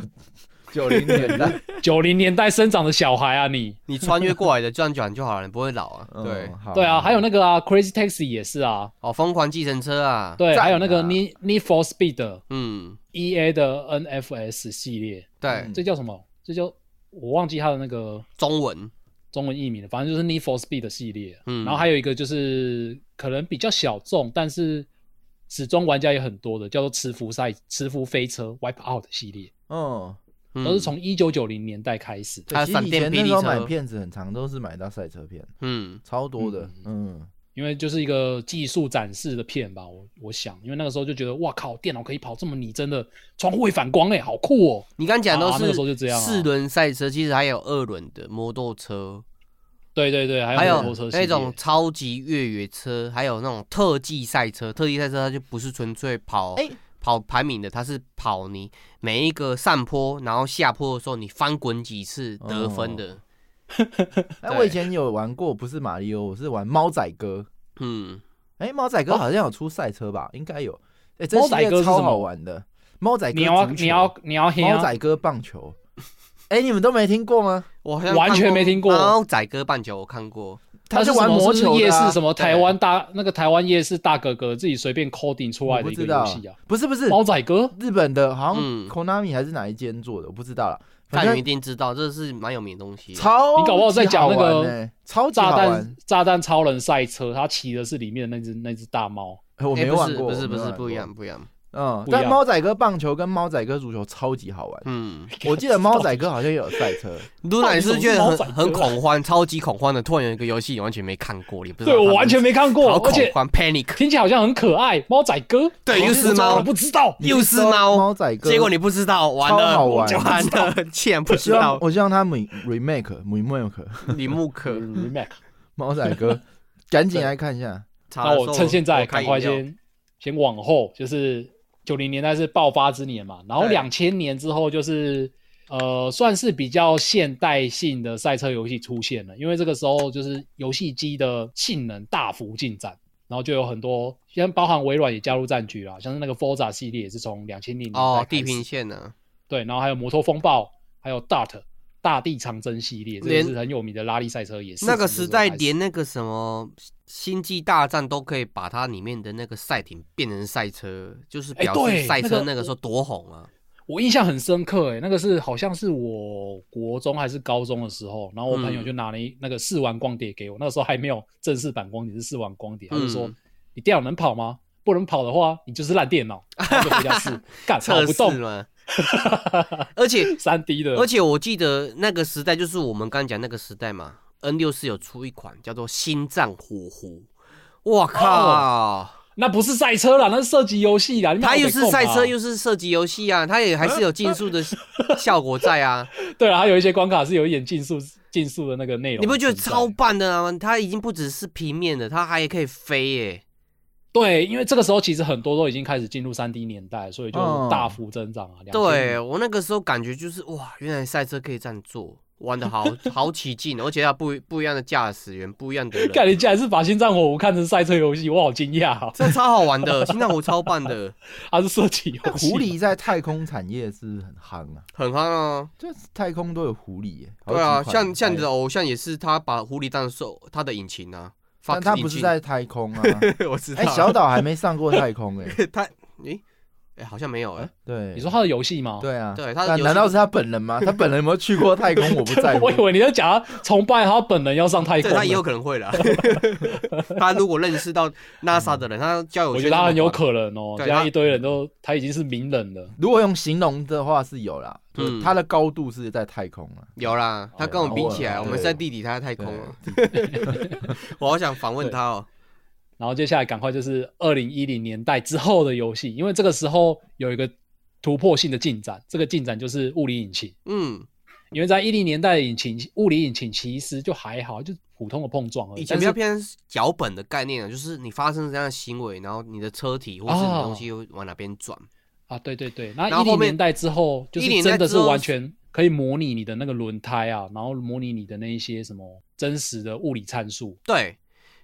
A: 九零年代。
B: 九零年代生长的小孩啊你，
D: 你穿越过来的，这样讲就好了，你不会老 啊。
A: 嗯
D: 对，，
A: 好
B: 对啊，还有那个啊 Crazy Taxi 也是啊，
D: 哦，疯狂计程车啊，
B: 对，
D: 赞啊
B: 还有那个 Need Need for Speed
D: 嗯，
B: EA 的 NFS 系列，
D: 对
A: 嗯，
B: 这叫什么？这叫我忘记它的那个
D: 中文，
B: 中文译名了，反正就是 Need for Speed 的系列。
D: 嗯
B: 然后还有一个就是可能比较小众，但是始终玩家也很多的，叫做磁浮赛、磁浮飞车 Wipe Out 系列，
A: 嗯，
D: 嗯
B: 都是从一九九零年代开始的。
D: 还有
A: 其实以前
D: 闪电霹
A: 那
D: 雳
A: 时候
D: 车
A: 买片子很长，都是买到赛车片，
D: 嗯
A: 超多的。嗯，
B: 因为就是一个技术展示的片吧，我我想，因为那个时候就觉得，哇靠，电脑可以跑这么拟真的，窗户会反光哎、好酷哦！
D: 你刚讲都
B: 啊那个时候就是这样啊
D: 四轮赛车，其实还有二轮的摩托车，
B: 对对对，还
D: 还
B: 有
D: 有
B: 摩托车系
D: 那
B: 列
D: 种超级越野车，还有那种特技赛车。特技赛车它就不是纯粹跑、
A: 哎
D: 跑排名的，它是跑你每一个上坡，然后下坡的时候你翻滚几次
B: 哦
D: 得分的。
A: 哎，
D: 对
A: 我以前有玩过，不是马里奥，我是玩猫仔哥。
D: 嗯，
A: 哎，猫仔哥好像有出赛车吧？应该有。哎，这
B: 猫
A: 系
B: 仔
A: 列
B: 哥是
A: 超
B: 什么
A: 好玩的。猫仔哥
B: 你要
A: 足球
B: 你要你要黑
A: 猫
B: 啊！
A: 仔哥棒球。哎，你们都没听过吗？
D: 我好像
B: 完全没听过
D: 然后仔哥半球我看过，
B: 他
A: 就是玩
B: 什么
A: 魔
B: 是不
A: 球
B: 是夜
A: 的啊
B: 市什么台湾大那个台湾夜市大哥哥自己随便 coding 出来
A: 我
B: 的
A: 不
B: 一
A: 知
B: 个游
A: 道
B: 戏啊，，
A: 不是不是，
B: 猫仔哥
A: 日本的，好像
D: 嗯
A: Konami 还是哪一间做的，我不知道了。反
D: 但
A: 正
D: 你一定知道，这是蛮有名的东西。
A: 超
B: 你搞不好在讲那个
A: 级好玩欸超级
B: 炸
A: 好
B: 弹
A: 玩，
B: 炸弹超人赛车，他骑的是里面的那只那只大猫，
A: 哎我
D: 哎
A: 没
D: 不
A: 玩
D: 是
A: 过，
D: 不
A: 我
D: 是
A: 没
D: 不是
A: 玩
D: 不一
A: 过
D: 样，不一样。
A: 嗯，
B: 不一
A: 但
B: 样
A: 猫仔哥棒球跟猫仔哥足球超级好 玩。
D: 嗯，
A: 我记得猫仔哥好像也有赛车，
D: 露娜，你是不是觉得
B: 到底
D: 很
B: 什么是猫
D: 很
B: 仔哥啊
D: 恐慌，超级恐慌的。突然有一个游戏你完全没看过，你不知道
B: 对
D: 它是。
B: 我完全没看过
D: 好，
B: 而
D: 恐
B: 且
D: 慌，panic，
B: 听起来好像很可爱，猫仔哥，
D: 对又是猫
B: 我不知道，
D: 又是猫，
A: 猫仔哥。
D: 结果你不知道，完
A: 超
D: 了，
A: 好玩
D: 完 了，竟然不
A: 我
D: 知
A: 希望
D: 道
A: 我希望他 re- remake remake
D: 李木可。
A: 嗯
B: remake，
A: 猫仔 哥，赶紧来看一下。
D: 那
B: 那我趁现在赶快
D: 先
B: 先先往后，就是九零年代是爆发之年嘛，然后
D: 对
B: 两千年之后就是呃，算是比较现代性的赛车游戏出现了，因为这个时候就是游戏机的性能大幅进展，然后就有很多，像包含微软也加入战局啦，像是那个 Forza 系列也是从两千零年代
D: 哦，
B: 开
D: 地
B: 始
D: 平线呢？
B: 对，然后还有摩托风暴，还有 Dart 大地长征系列，这也
D: 连
B: 是很有名的拉力赛车，也是
D: 那个
B: 从这
D: 时
B: 时候
D: 代
B: 开始
D: 连那个什么《星际大战》都可以把它里面的那个赛艇变成赛车，就是
B: 哎
D: 表
B: 对
D: 示赛
B: 那
D: 车
B: 个
D: 那个时候多红啊！
B: 我印象很深刻，哎，那个是好像是我国中还是高中的时候，然后我朋
D: 嗯
B: 友就拿了一那个试玩光碟给我，那个时候还没有正式版光碟，是试玩光碟，他就说、
D: 嗯
B: 你电脑能跑吗？不能跑的话，你就是烂电 脑，然后就回家试，干跑
D: 测
B: 不
D: 试
B: 动，
D: 嘛，而 且
B: 三 D 的，
D: 而且我记得那个时代就是我们刚讲那个时代嘛，N 六四有出一款叫做《心脏火狐》，我靠，
B: 那不是赛车啦，那是射击游戏啦，你
D: 它又是赛车又
B: 是
D: 是射击游戏啊，它也还是有竞速的效果在啊，
B: 对啊，还有一些关卡是有一点竞速竞速的那个内容存在，
D: 你不觉得超棒的吗？它已经不只是平面的，它还可以飞耶、
B: 对？因为这个时候其实很多都已经开始进入三 D 年代，所以就
A: 嗯
B: 大幅增长啊，2000
D: 对我那个时候感觉就是哇，原来赛车可以这样做，玩的好好起劲，而且要不不一样的驾驶员，不一样 的
B: 看
D: 人，
B: 你竟然是把《心脏火狐》看成赛车游戏，我好惊讶啊！
D: 这超好玩的，心脏火超棒的，
B: 它是射击游
D: 啊
B: 戏，
A: 狐狸在太空产业是不是很夯啊，
D: 很憨哦。
A: 就是太空都有狐狸耶。好
D: 对啊，
A: 几款
D: 像像你
A: 还
D: 的
A: 有
D: 偶像也是他把狐狸当受他的引擎啊，
A: 但
D: Fox
A: 它不是
D: 引擎，
A: 在太空啊。
D: 我知道。
A: 哎，小岛还没上过太空哎。
D: 他诶诶好像没有诶，
A: 对，
B: 你说它的游戏吗？
A: 对啊，
D: 对他的
A: 但
D: 游戏
A: 难道是他本人 吗？他本人有没有去过太空？我不在乎
B: 我以。为你在讲他崇拜他本人要上太
D: 对
A: 哎
B: 空，
D: 他也有可能会啦。 他如果认识到 NASA 的人，他交友
B: 我
D: 圈
B: 觉得他很有
D: 能。
B: 可能哦。
D: 对
B: 现在
D: 他
B: 一堆人都他已经是名人了，
A: 如果用形容的话是有啦，就是
D: 嗯
A: 它的高度是在太空啊了。
D: 有
A: 哦
D: 啦，他跟我们比起来，
A: 偶尔嗯
D: 啊我们是在地底，他在太空啊。我好想访问他哦。
B: 然后接下来赶快就是二零一零年代之后的游戏，因为这个时候有一个突破性的进展，这个进展就是物理引擎。
D: 嗯，
B: 因为在一零年代的引擎，物理引擎其实就还好，就是普通的碰撞
A: 哦
B: 而已。
D: 以前
B: 但
D: 比
B: 是
D: 较偏脚本的概念啊，就是你发生这样的行为，然后你的车体或是你的东
A: 哦
D: 西会往哪边转。
B: 啊，对对对，那
D: 然后
B: 一
D: 后
B: 零
D: 面
B: 年代之后，就
D: 10
B: 是
D: 年代
B: 真的
D: 之
B: 是
D: 后
B: 完
D: 是
B: 全可以模拟你的那个轮胎啊，然后模拟你的那一些什么真实的物理参数。
D: 对，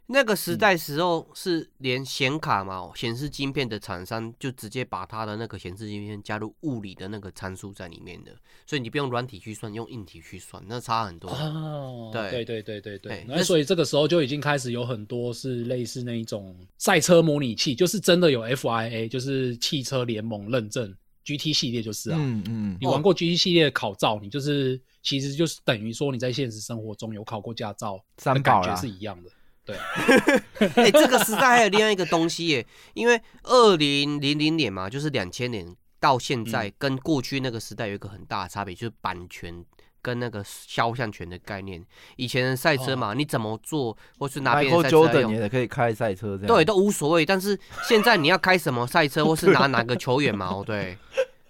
D: 那个
A: 嗯
D: 时代时候是连显卡嘛，显示晶片的厂商就直接把它的那个显示晶片加入物理的那个参数在里面的，所以你不用软体去算，用硬体去算，那 差很多。
B: 哦，
D: 对
B: 对对对对对
D: 哎，
B: 那
D: 那
B: 所以这个时候就已经开始有很多是类似那一种赛车模拟器，就是真的有 FIA，就是汽车联盟认证 GT 系列就是啊。
A: 嗯嗯
B: 你玩过 GT 系列的考照，你就是其实就是等于说你在现实生活中有考过驾照，
A: 三宝
B: 感
A: 啦
B: 觉是一样的。
D: 哎、这个时代还有另外一个东西耶，因为二零零零年嘛，就是两千年到现在，
A: 嗯
D: 跟过去那个时代有一个很大的差别，就是版权跟那个肖像权的概念。以前的赛车嘛，你怎么做，或是哪边的
A: 哦，Michael
D: 赛车来
A: Jordan
D: 用，
A: 也可以开赛车这样，
D: 哦对，都无所谓。但是现在你要开什么赛 车，或是拿哪个球员嘛，哦对，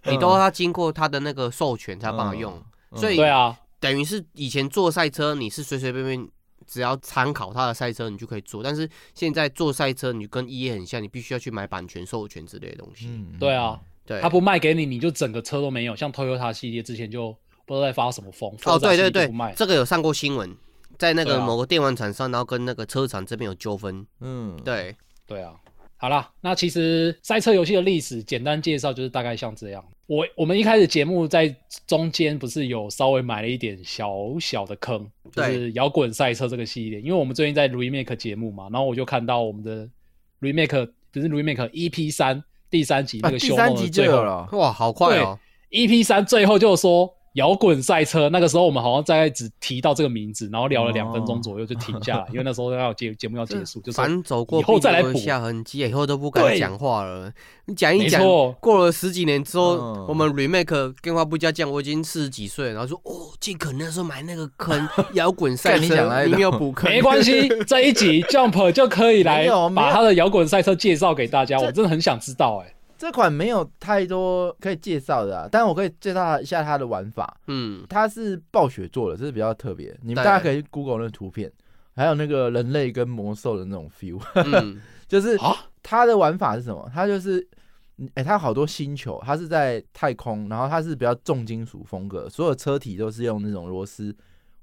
D: 你都要经过他的那个授权才有办法用。
A: 嗯
D: 所以
B: 对啊，
D: 等于是以前做赛车，你是随随便便只要参考他的赛车，你就可以做。但是现在做赛车，你跟 E A 很像，你必须要去买版权、授权之类的东西。
A: 嗯
B: 对啊，
D: 对，
B: 他不卖给你，你就整个车都没有。像 Toyota 系列之前就不知道在发什么疯，Forza
D: 哦，对
B: 系
D: 对
B: 列就
D: 对
B: 不卖，。
D: 这个有上过新闻，在那
B: 对
D: 个
B: 啊
D: 某个电玩厂商，然后跟那个车厂这边有纠纷。
A: 嗯，
D: 对，
B: 对啊，好啦，那其实赛车游戏的历史简单介绍就是大概像这样。我我们一开始节目在中间不是有稍微埋了一点小小的坑，就
D: 对
B: 是摇滚赛车这个系列，因为我们最近在 remake 节目嘛，然后我就看到我们的 remake 不是 remake EP 三第三集
A: 啊，
B: 那个
A: 第
B: 修
A: 三
B: 梦
A: 集
B: 的
A: 就
B: 最
A: 有
B: 后
A: 了，
D: 哇，好快哦！
B: EP E 三最后就说摇滚赛车，那个时候我们好像大概只提到这个名字，然后聊了两分钟左右就停下来，因为那时候要节节目要结束，就是
D: 反正走过
B: 以后
D: 必
B: 再来
D: 留
B: 补
D: 下痕迹，以后都不敢
B: 对
D: 讲话了。你讲一
B: 没
D: 讲
B: 错，
D: 过了十几年之后，
A: 嗯
D: 我们 remake 电话不加酱，我已经四十几岁了，然后说哦，尽可能那时候买那个 坑摇滚赛
A: 干你讲
D: 车，
A: 来
D: 你
A: 的
D: 没有补坑，
B: 没关 系，这一集 Jump 就可以
A: 没
B: 来
A: 有没有
B: 把他的摇滚赛车介绍给大家。
A: 这
B: 我真的很想知道、哎，
A: 这款没有太多可以介绍的、啊，但我可以介绍一下它的玩法。
D: 嗯，
A: 它是暴雪做的，这是比较特别。你
D: 对
A: 们大家可以 Google 那个图片，还有那个人类跟魔兽的那种 feel，
D: 嗯，
A: 就是
B: 啊
A: 它的玩法是什么？它就是，哎、它好多星球，它是在太空，然后它是比较重金属风格，所有车体都是用那种螺丝，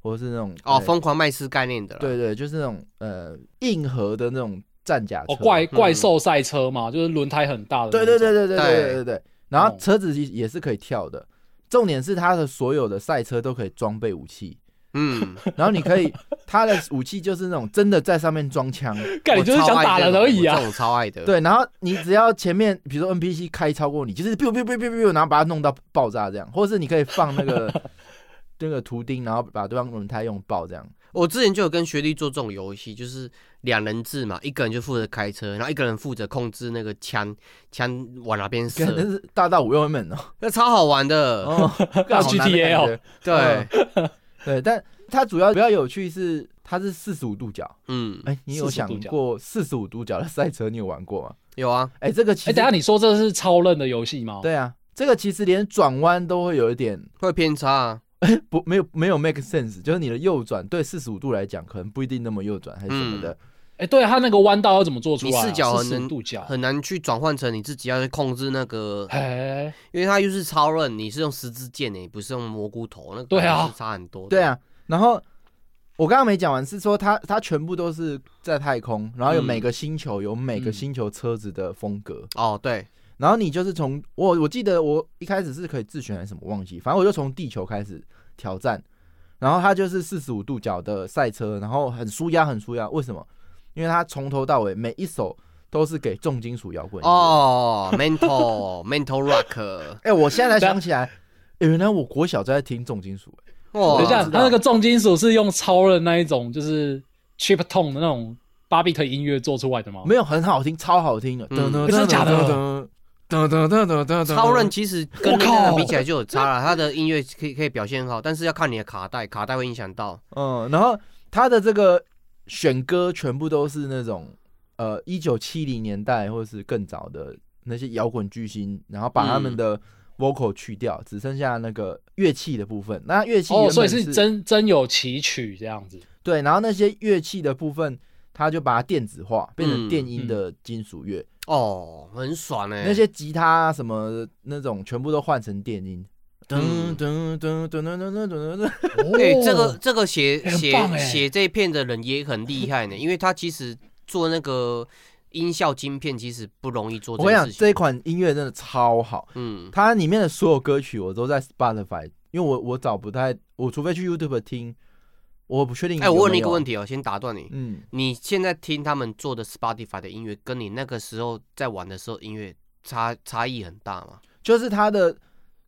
A: 或是那种
D: 哦，
A: 呃
D: 疯狂麦斯概念的啦，
A: 对对，就是那种呃硬核的那种战甲车。
B: 哦，怪
D: 嗯
B: 怪兽赛车嘛，就是轮胎很大的那
A: 对对
B: 种。
A: 对对对
D: 对
A: 对对对对。然后
B: 哦
A: 车子也也是可以跳的，重点是它的所有的赛车都可以装备武器，
D: 嗯，
A: 然后你可以它的武器就是那种真的在上面装枪，
B: 干你就是想打人而已
D: 我
B: 啊
D: 超爱这种我这！种超爱的，，
A: 对，然后你只要前面比如说 NPC 开超过你，就是 biu biu biu biu biu，然后把它弄到爆炸这样，或者是你可以放那个 那个图钉，然后把对方轮胎用爆这样。
D: 我之前就有跟学弟做这种游戏，就是两人制嘛，一个人就负责开车，然后一个人负责控制那个枪，枪往哪边
A: 真的
D: 射，
A: 是大到五六门哦，
D: 那超好玩的，
A: 哦，
B: 要
A: 干好难的
B: GTA 哦
A: 感觉
D: 对，
A: 对，但它主要比较有趣是它是四十五度角。
D: 嗯，
A: 哎、你有
B: 45
A: 想
B: 度角
A: 过四十五度角的赛车你有玩过吗？
D: 有啊，
A: 哎、这个其实、
B: 哎、等一下你说这是超任的游戏吗？
A: 对啊，这个其实连转弯都会有一点
D: 会偏差啊，
A: 不没有没有 make sense，就是你的右转对四十五度来讲可能不一定那么右转还是什么的，
B: 哎、对他那个弯道要怎么做出来、啊？
D: 你视角很
B: 45
D: 能
B: 度角，
D: 很难去转换成你自己要去控制那个
B: 哎，
D: 因为它又是超刃，你是用十字剑欸诶，不是用蘑菇头，那个
B: 对啊
D: 感觉是差很多。
A: 对，啊。然后我刚刚没讲完是说它它全部都是在太空，然后有
D: 嗯
A: 每个星球有每个
B: 嗯
A: 星球车子的风格，
D: 哦对，
A: 然后你就是从我我记得我一开始是可以自选还是什么忘记，反正我就从地球开始挑战，然后它就是四十五度角的赛车，然后很舒压很舒压，为什么？因为它从头到尾每一首都是给重金属摇滚乐。
D: 哦，mental mental rock，
A: 哎、我现在 才想起来，哎原来我国小就在听重金属、哎
D: 哇，
B: 等一下，
A: 知
B: 他
A: 道
B: 那个重金属是用超任那一种就是 chip tone 的那种巴比特音乐做出来的吗？
A: 没有很好听，超好听的，
D: 嗯
A: 噔噔噔
B: 真的假的
A: 噔噔噔噔噔噔噔，
D: 超刃其实跟
B: 我靠
D: 那个比起来就有差了，它的音乐可以可以表现很好，但是要看你的卡带，卡带会影响到。
A: 嗯，然后他的这个选歌全部都是那种呃一九七零年代或者是更早的那些摇滚巨星，然后把他们
D: 嗯
A: 的 vocal 去掉，只剩下那个乐器的部分。那乐器原
B: 哦，
A: 本
B: 所以
A: 是
B: 是真真有其曲这样子。
A: 对，然后那些乐器的部分，他就把它电子化，变成
D: 嗯
A: 电音的金属乐。
D: 哦，很爽哎、
A: 那些吉他啊什么那种，全部都换成电音。噔
D: 嗯
A: 噔噔噔噔噔噔噔噔。
D: 哎、
B: 哦
D: 这个这个写
B: 哎很
D: 写
B: 棒哎
D: 写这一片的人也很厉害呢，因为他其实做那个音效晶片其实不容易做
A: 我跟你
D: 件
A: 讲，
D: 事
A: 这一
D: 情。
A: 款音乐真的超好，
D: 嗯，
A: 它里面的所有歌曲我都在 Spotify，因为我我找不太，我除非去 YouTube 听，我不确定。
D: 哎、我问你一个问，题哦，先打断你，
A: 嗯，
D: 你现在听他们做的 Spotify 的音乐，跟你那个时候在玩的时候音乐差差异很大吗？
A: 就是它的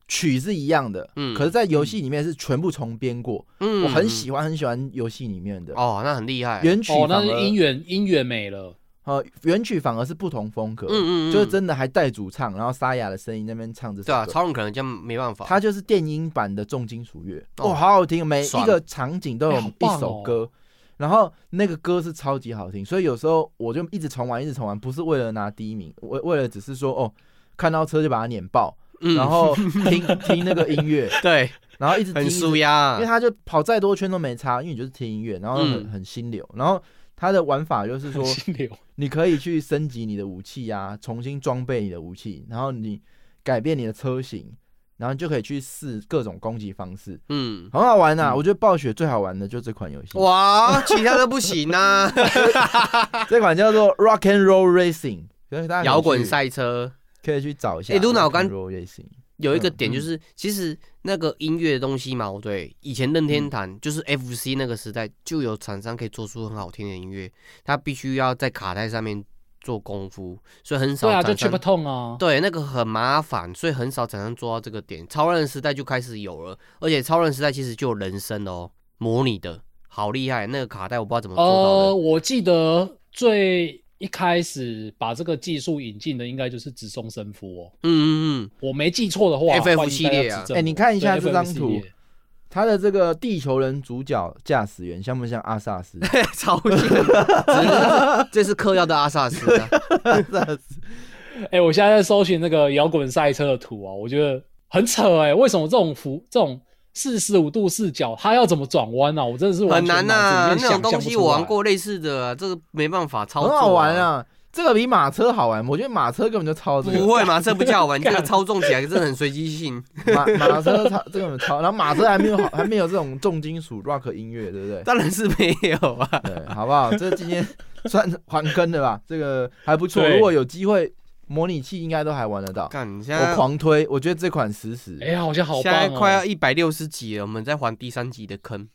A: 曲是一样的，
D: 嗯
A: 可是，在游戏里面是全部重编过，
D: 嗯
A: 我很喜欢很喜欢游戏里面的
D: 哦，那很厉害。
A: 原曲
B: 哦，
A: 反
B: 那
A: 而，
B: 是音源音源没了。
A: 呃，原曲反而是不同风格，
D: 嗯嗯嗯，
A: 就是真的还带主唱，然后沙哑的声音那边唱着。
D: 对啊，超人可能这样没办法。
A: 它就是电音版的重金属乐，
D: 哦
A: 哇，好好听！每一
D: 爽
A: 个场景都有
B: 哎好
A: 一
B: 棒
A: 首
B: 哦
A: 歌，然后那个歌是超级好听，所以有时候我就一直重玩，一直重玩，不是为了拿第一名，为为了只是说哦，看到车就把它碾爆，
D: 嗯
A: 然后听 听那个音乐，
D: 对，
A: 然后一直听，
D: 很
A: 一直
D: 舒压
A: 因为，他就跑再多圈都没差，因为你就是听音乐，然后很
D: 嗯
A: 很心流，然后它的玩法就是 说
B: 心流
A: 你可以去升级你的武器啊，重新装备你的武器，然后你改变你的车型，然后你就可以去试各种攻击方式，
D: 嗯，
A: 很好玩呐、啊我觉得暴雪最好玩的就这款游戏，
D: 哇，其他都不行 啊，
A: 这款叫做 Rock and Roll Racing，所以大家可以去
D: 摇滚赛车。
A: 可以去找一下。
D: 诶，Luna，
A: Rock
D: 我刚
A: and Roll Racing，
D: 有一个
A: 嗯
D: 点就是，其实那个音乐的东西嘛，哦对，以前任
B: 嗯
D: 天堂就是 FC 那个时代就有厂商可以做出很好听的音乐，他必须要在卡带上面做功夫，所以很少
B: 对啊，就
D: 厂
B: c h
D: 商
B: i p Tone 啊，
D: 对那个很麻烦，所以很少厂商做到这个点。超人时代就开始有了，而且超人时代其实就有人声哦，模拟的好厉害，那个卡带我不知道怎么做到
B: 呃，
D: 的。
B: 我记得最一开始把这个技术引进的应该就是直松神夫哦，
D: 嗯嗯嗯，
B: 我没记错的话欢迎
D: FF
B: 大家
D: 系列啊
B: 指正
A: 哎
B: 我
A: 你看一下
B: 对
A: 这张
B: FF
A: 图
B: 系列
A: 它的这个地球人主角驾驶员像不像阿萨斯？
D: 嗯 超级，只是这是嗑药的阿萨斯啊，
A: 阿萨斯，
B: 哎、我现在在搜寻那个摇滚赛车的图啊，我觉得很扯哎、为什么这种幅这种四十五度视角，它要怎么转弯啊？我真的是完
D: 很
B: 全
D: 难
B: 脑子
D: 呐、
B: 里面
D: 那种
B: 想
D: 东
B: 象不
D: 西
B: 出
D: 我玩
B: 来
D: 过类似的、啊，这个没办法操
A: 很
D: 作、
A: 好玩！啊！这个比马车好玩，我觉得马车根本就超这
D: 不
A: 个
D: 会嘛，这不叫好玩，这个操纵起来真的很随机性。
A: 马马车超这个很超，然后马车还没有好还没有这种重金属 rock 音乐，对不对？
D: 当然是没有啊，
A: 对，好不好？这今天算还坑的吧，这个还不错。
B: 对
A: 如果有机会，模拟器应该都还玩得到。
D: 看你现
A: 我
D: 在。
A: 狂推，我觉得这款实时
B: 哎、呀，好像好
D: 现
B: 棒
D: 在
B: 哦、
D: 快要一百六十集了，我们在还第三集的坑。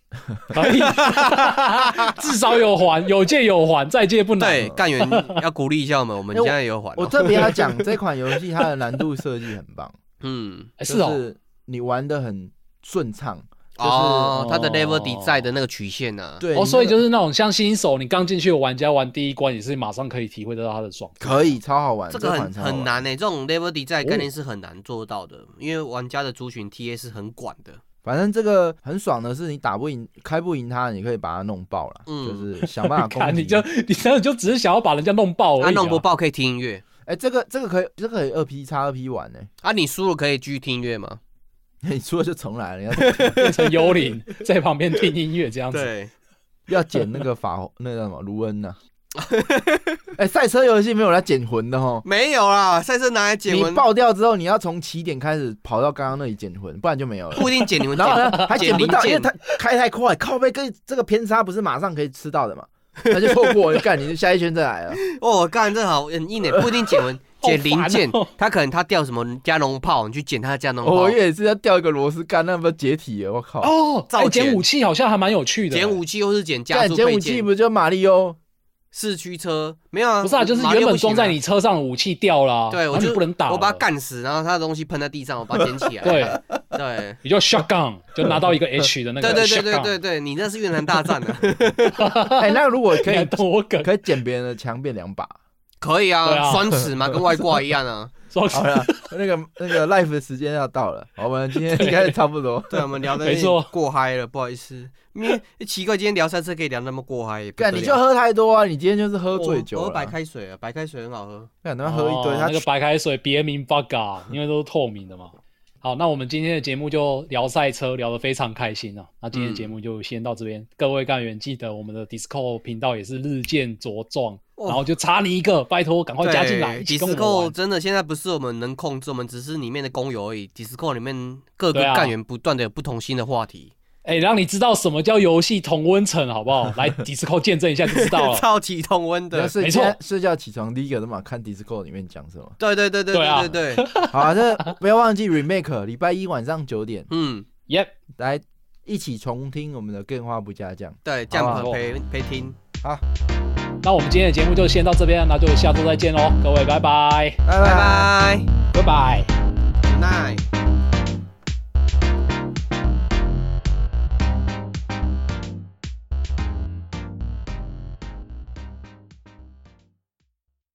B: 可以，哎 至少有还，有借有还，再借不难。哦
D: 对，干员要鼓励一下我们，我们
A: 哎我
D: 现在有还哦。
A: 我特别要讲这款游戏，它的难度设计很棒，
D: 嗯，
B: 哎 是
A: 就
B: 哦，
A: 是你玩的很顺畅，就是
D: 哦，它的
B: 哦
D: level d e s i g n 的那个曲线啊呢？
A: 对，
B: 哦，所以就是是那种像新手，你刚进去的玩家玩第一关，也是马上可以体会得到它的爽。
A: 可以超好玩，
D: 这
A: 这
D: 个很
A: 款超好玩
D: 很难。呢，这种 level d e s i g n 概念是很难做到的，因为玩家的族群 TA 是很广的。
A: 反正这个很爽的是，你打不赢、开不赢它，你可以把它弄爆了，
D: 嗯
A: 就是想办法攻
B: 看，
A: 击。
B: 你就你真的就只是想要把人家弄爆而已、
D: 他
B: 啊。
D: 弄不爆可以听音乐，
A: 哎，这个这个可以，这个可以二 P 叉二 P 玩呢。
D: 啊，你输了可以继续听音乐吗？
A: 你输了就重来了，要
B: 变成幽灵，在旁边听音乐这样子。，
A: 要 捡那个法那个什么卢恩呐、 哎、赛车游戏没有来捡魂的哦。
D: 没有啦，赛车拿来捡
A: 你
D: 文，
A: 爆掉之后，你要从起点开始跑到刚刚那里捡魂，不然就没 有了。
D: 不一定捡你们
A: 然后
D: 捡，
A: 呢，还捡不到，因
D: 捡
A: 为
D: 零
A: 他开太快，靠背跟这个偏差不是马上可以吃到的嘛，他就错过，干你就下一圈再来 了。
D: 哦，干这好很硬诶，不一定捡文，
B: 好
D: 捡零
B: 烦
D: 件
B: 哦，
D: 他可能他掉什么加农炮，你去捡他的加农炮
A: 我，也是要掉一个螺丝干，那不是解体了？我靠！
B: 哦，
D: 造
B: 哎捡
D: 钱
B: 武器好像还蛮有趣的、
D: 捡武器或是捡加
A: 干
D: 速
A: 捡
D: 配
A: 武器
D: 件
A: 不，就马里欧？
D: 四驱车没有啊，
B: 不是啊，就是
D: 马里
B: 原
D: 奥
B: 本
D: 不行
B: 装在
D: 啊
B: 你。车上的武器掉了啊、
D: 对，
B: 然
D: 我
B: 后
D: 就
B: 你不能打，
D: 我把它，干死，然后他的东西喷在地上，我把它捡起来。
B: 对，
D: 对
B: 你就 shotgun 就拿 到一个 H 的那个
D: 对
B: shotgun，
D: 对对对对对，你那是越南大战的，
A: 哎、那如果可
B: 你还
A: 以
B: 懂我梗？
A: 可以捡别人的枪变两把，
D: 可以
B: 对
D: 啊，
B: 啊
D: 双齿嘛，跟外挂一样啊。
B: 双十
A: 好了， 那个那个 live 的时间要到了，我们今天应该差不 多。
D: 对，我们聊的
B: 没错
D: 过嗨了，不好意思。因为奇怪，今天聊赛车可以聊那么过嗨，也不
A: 干，
D: 得
A: 你就
D: 了
A: 喝太多啊！你今天就是喝
D: 我
A: 醉酒
D: 我喝
A: 了
D: 白。开水啊，白开水很好喝。
A: 干，他妈喝一堆，
B: 哦
A: 他
B: 那个白开水别名 Baga，因为都是透明的嘛。好，那我们今天的节目就聊赛车，聊得非常开心啊。那今
D: 嗯
B: 天的节目就先到这边，各位干员记得我们的 Discord 频道也是日渐茁壮，
D: 哦
B: 然后就差你一个，拜托赶哦快加进来，一起跟我
D: Discord
B: 玩。
D: 真的现在不是我们能控制，我们只是里面的工友而已。Discord 里面各个
B: 对啊
D: 干员不断的有不同新的话题，
B: 哎、让你知道什么叫游戏同温层，好不 好？来 Discord 见证一下就知 道了。
D: 超级同温
A: 那
D: 的。
A: 睡
B: 没错
A: 觉睡觉起床第一个都嘛看 Discord 里面讲什么。
D: 对对对对
B: 对啊
D: 对对对，
A: 好啊，这不要忘记 remake，礼拜一晚上九点
D: 嗯，
B: Yep，
A: 来一起重听我们的《更花不加酱》。
D: 对，这
A: 好
D: 样
A: 啊
D: 陪陪听，
B: 那我们今天的节目就先到这边，那哦就下周再见喽，各位，拜拜，
A: 拜
D: 拜
A: 拜。
D: 拜
B: 拜拜。
D: ，Good night。